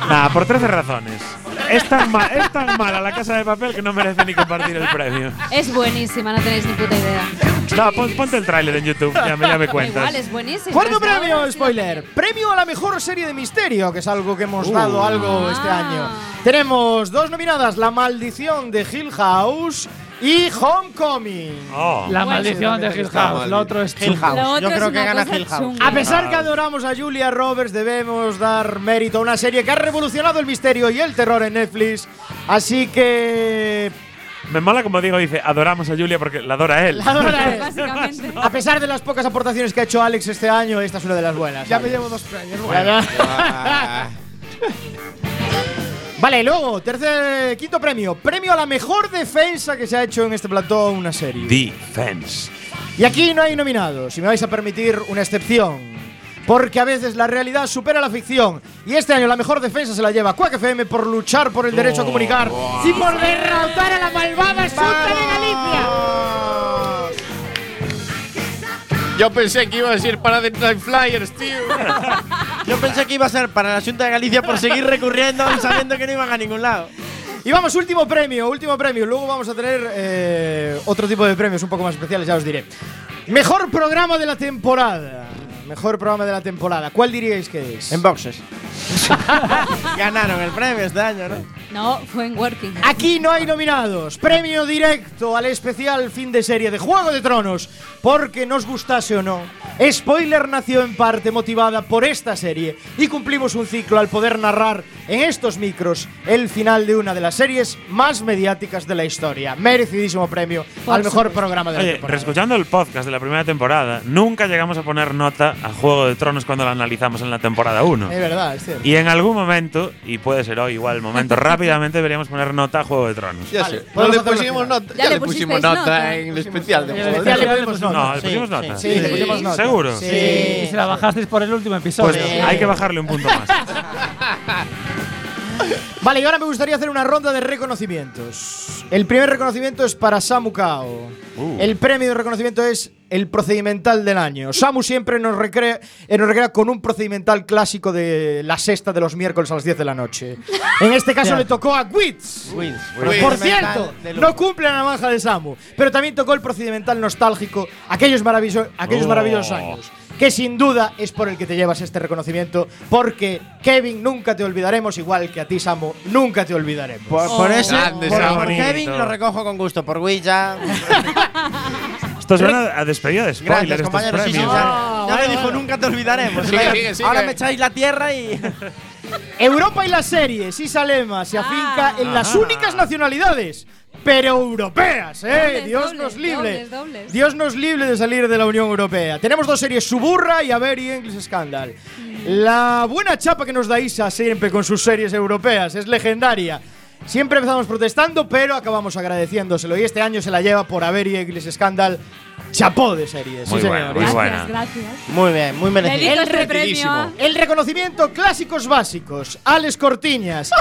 Nah, por 13 razones. Es tan, ma- es tan mala la casa de papel que no merece ni compartir el premio.
Es buenísima, no tenéis ni puta idea.
No, pon- ponte el tráiler en YouTube, ya me, ya me
Da
cuentas.
[LAUGHS] Igual, es buenísima.
Cuarto
Es la hora,
premio,
sí.
spoiler. Premio a la mejor serie de misterio, que es algo que
Uh.
hemos dado algo
Ah.
este año. Tenemos dos nominadas: La Maldición de Hill House y Homecoming.
Oh.
La
Bueno,
maldición de Hill House. Lo otro es
Hill
chungo.
House.
Lo otro
Yo creo
es
que
una
gana
cosa
Hill House.
chunga.
A pesar que adoramos a Julia Roberts, debemos dar mérito a una serie que ha revolucionado el misterio y el terror en Netflix. Así que.
Me mola como digo, dice, adoramos a Julia porque la adora él.
la adora él.
Básicamente.
A pesar de las pocas aportaciones que ha hecho Alex este año, esta es una de las buenas.
Ya
Alex.
me llevo dos premios.
Ah,
Vale, y luego, tercer, quinto premio. Premio a la mejor defensa que se ha hecho en este plató una serie.
Defense.
Y aquí no hay nominados, si me vais a permitir una excepción. Porque a veces la realidad supera la ficción. Y este año la mejor defensa se la lleva Quack FM por luchar por el derecho a comunicar y por derrotar a la malvada Junta de Galicia.
Yo pensé que iba a ser para The Night Flyers, tío.
Yo pensé que iba a ser para la Junta de Galicia por seguir recurriendo y sabiendo que no iban a ningún lado.
Y vamos, último premio, último premio. Luego vamos a tener eh, otro tipo de premios un poco más especiales, ya os diré. Mejor programa de la temporada. Mejor programa de la temporada. ¿Cuál diríais que es?
En boxes. Ganaron el premio este año, ¿no?
No, fue en Working.
Aquí no hay nominados. Premio directo al especial fin de serie de Juego de Tronos. Porque nos gustase o no, Spoiler nació en parte motivada por esta serie y cumplimos un ciclo al poder narrar en estos micros el final de una de las series más mediáticas de la historia. Merecidísimo premio
Por
al mejor
supuesto.
programa de la
Oye,
temporada.
reescuchando el podcast de la primera temporada, nunca llegamos a poner nota a Juego de Tronos cuando la analizamos en la temporada 1.
Es verdad, es cierto.
Y en algún momento, y puede ser hoy igual el momento, rápidamente deberíamos poner nota a Juego de Tronos.
Ya
Vale,
sé. No
podemos
le
hacer la
pusimos
final.
nota.
Ya
Ya
le
le pusimos
pusisteis
nota
nota.
en el especial de
Ya
Juego
Ya le
de Tronos.
pusimos nota.
No, le
Sí,
pusimos
sí,
nota.
Sí, le pusimos nota.
¿Seguro?
Sí.
Y si la bajasteis por el último
Pues
episodio.
hay que bajarle un punto más.
Vale, y ahora me gustaría hacer una ronda de reconocimientos. El primer reconocimiento es para Samu Kao.
Uh.
El premio de reconocimiento es el procedimental del año. Samu siempre nos recrea, eh, nos recrea con un procedimental clásico de la sexta de los miércoles a las 10 de la noche. En este caso le tocó a Wits. Por cierto, no cumple la navaja de Samu, pero también tocó el procedimental nostálgico aquellos, maravillo- aquellos
Oh.
maravillosos años. Que sin duda es por el que te llevas este reconocimiento, porque Kevin nunca te olvidaremos, igual que a ti, Samu, nunca te olvidaremos.
Por, por eso,
Grande,
por,
Samu.
por Kevin lo recojo con gusto. Por Wii ya.
Esto suena a despedida de
Gracias,
spoilers. estos
compañero. Sí, sí,
premios. ¿eh?
ya, ya me dijo, nunca te olvidaremos.
Sigue, sigue, sigue.
Ahora me echáis la tierra y. [LAUGHS]
Europa y las series, Isalema se afinca
Ah.
en las únicas nacionalidades, pero europeas, ¿eh?
Dobles,
Dios
dobles,
nos libre.
dobles, dobles.
Dios nos libre de salir de la Unión Europea. Tenemos dos series, Suburra y A ver y English Scandal.
Mm.
La buena chapa que nos da Isa siempre con sus series europeas es legendaria. Siempre empezamos protestando, pero acabamos agradeciéndoselo. Y este año se la lleva por A ver y English Scandal. Chapó de series.
Muy
sí,
bueno,
señor.
muy
gracias,
buena.
gracias.
Muy bien, muy merecido.
Delito este premio.
repetidísimo.
¿ah?
El reconocimiento clásicos básicos, Alex
[LAUGHS]
Cortiñas.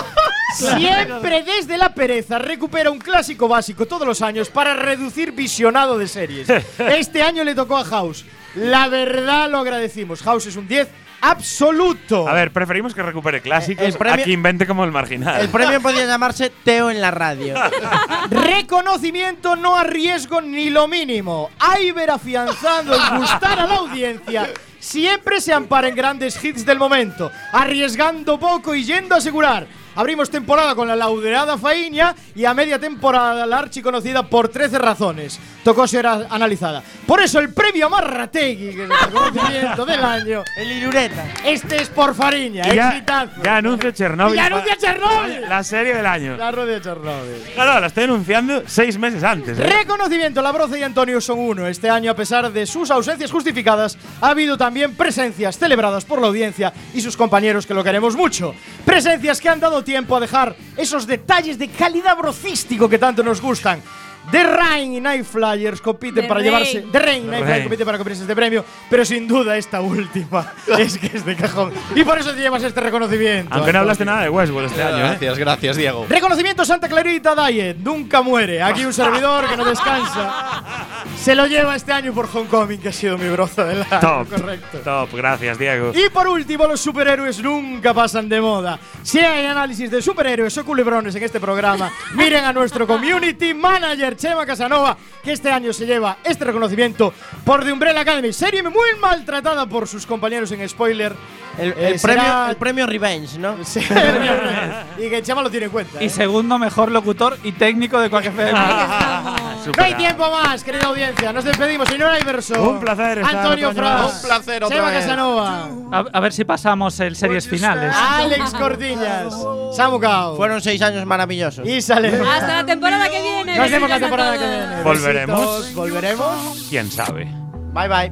Siempre desde la pereza recupera un clásico básico todos los años para reducir visionado de
[LAUGHS]
series. Este año le tocó a House. La verdad lo agradecimos. House es un 10 absoluto.
A ver, preferimos que recupere clásicos
El premio-
a que invente como el marginal.
El premio podría llamarse Teo en la radio.
Reconocimiento no a riesgo ni lo mínimo. Iber afianzando en gustar a la audiencia. Siempre se ampara en grandes hits del momento, arriesgando poco y yendo a asegurar. Abrimos temporada con la lauderada Fainia y a media temporada la archiconocida por 13 razones. Tocó ser a- analizada. Por eso el premio Marrategui, que es el reconocimiento del año.
El Irureta.
Este es por Fariña,
Y ya,
exitazo.
ya anuncio Chernobyl.
Y anuncia Chernobyl.
La serie del año.
La rueda de Chernobyl.
Claro, la estoy anunciando seis meses antes. ¿eh?
Reconocimiento, Labroza y Antonio son uno. Este año, a pesar de sus ausencias justificadas, ha habido también presencias celebradas por la audiencia y sus compañeros que lo queremos mucho. Presencias que han dado tiempo a dejar esos detalles de calidad brocístico que tanto nos gustan. The Rain y Night Flyers compiten
The
para
Rain.
llevarse. The Rain y Night
The
Flyers
Rain.
compiten para comerse este premio, pero sin duda esta
[LAUGHS]
última es que es de cajón. Y por eso te llevas este reconocimiento.
Aunque
Antonio.
no hablaste nada de Westworld este año, ¿eh?
Gracias, gracias, Diego.
Reconocimiento Santa Clarita Diet, nunca muere. Aquí un servidor que no descansa. Se lo lleva este año por Homecoming, que ha sido mi broza del año.
Top.
Correcto.
Top, gracias, Diego.
Y por último, los superhéroes nunca pasan de moda. Si hay análisis de superhéroes o culebrones en este programa, miren a nuestro community manager, Chema Casanova, que este año se lleva este reconocimiento por The Umbrella Academy, serie muy maltratada por sus compañeros en spoiler.
El,
Eh,
el premio,
será-
el premio Revenge, ¿no?
y que Chema lo tiene en cuenta.
Y
¿eh?
segundo mejor locutor y técnico de cualquier
Ah.
FM.
No
[LAUGHS] Superado.
hay tiempo más, querida audiencia. Nos despedimos, señora Iverso.
Un placer estar
Antonio
otro año
Fras.
más. Un placer otra
Seba
vez.
Casanova.
A, a ver si pasamos el series
Pues
¿eh? finales.
Alex Cortiñas. Samu Cao.
Fueron seis años maravillosos.
Y sale.
Hasta la temporada que viene.
Nos vemos la
Besitos a
temporada que
todos.
viene.
Volveremos.
Besitos, Volveremos.
¿Quién sabe?
Bye bye.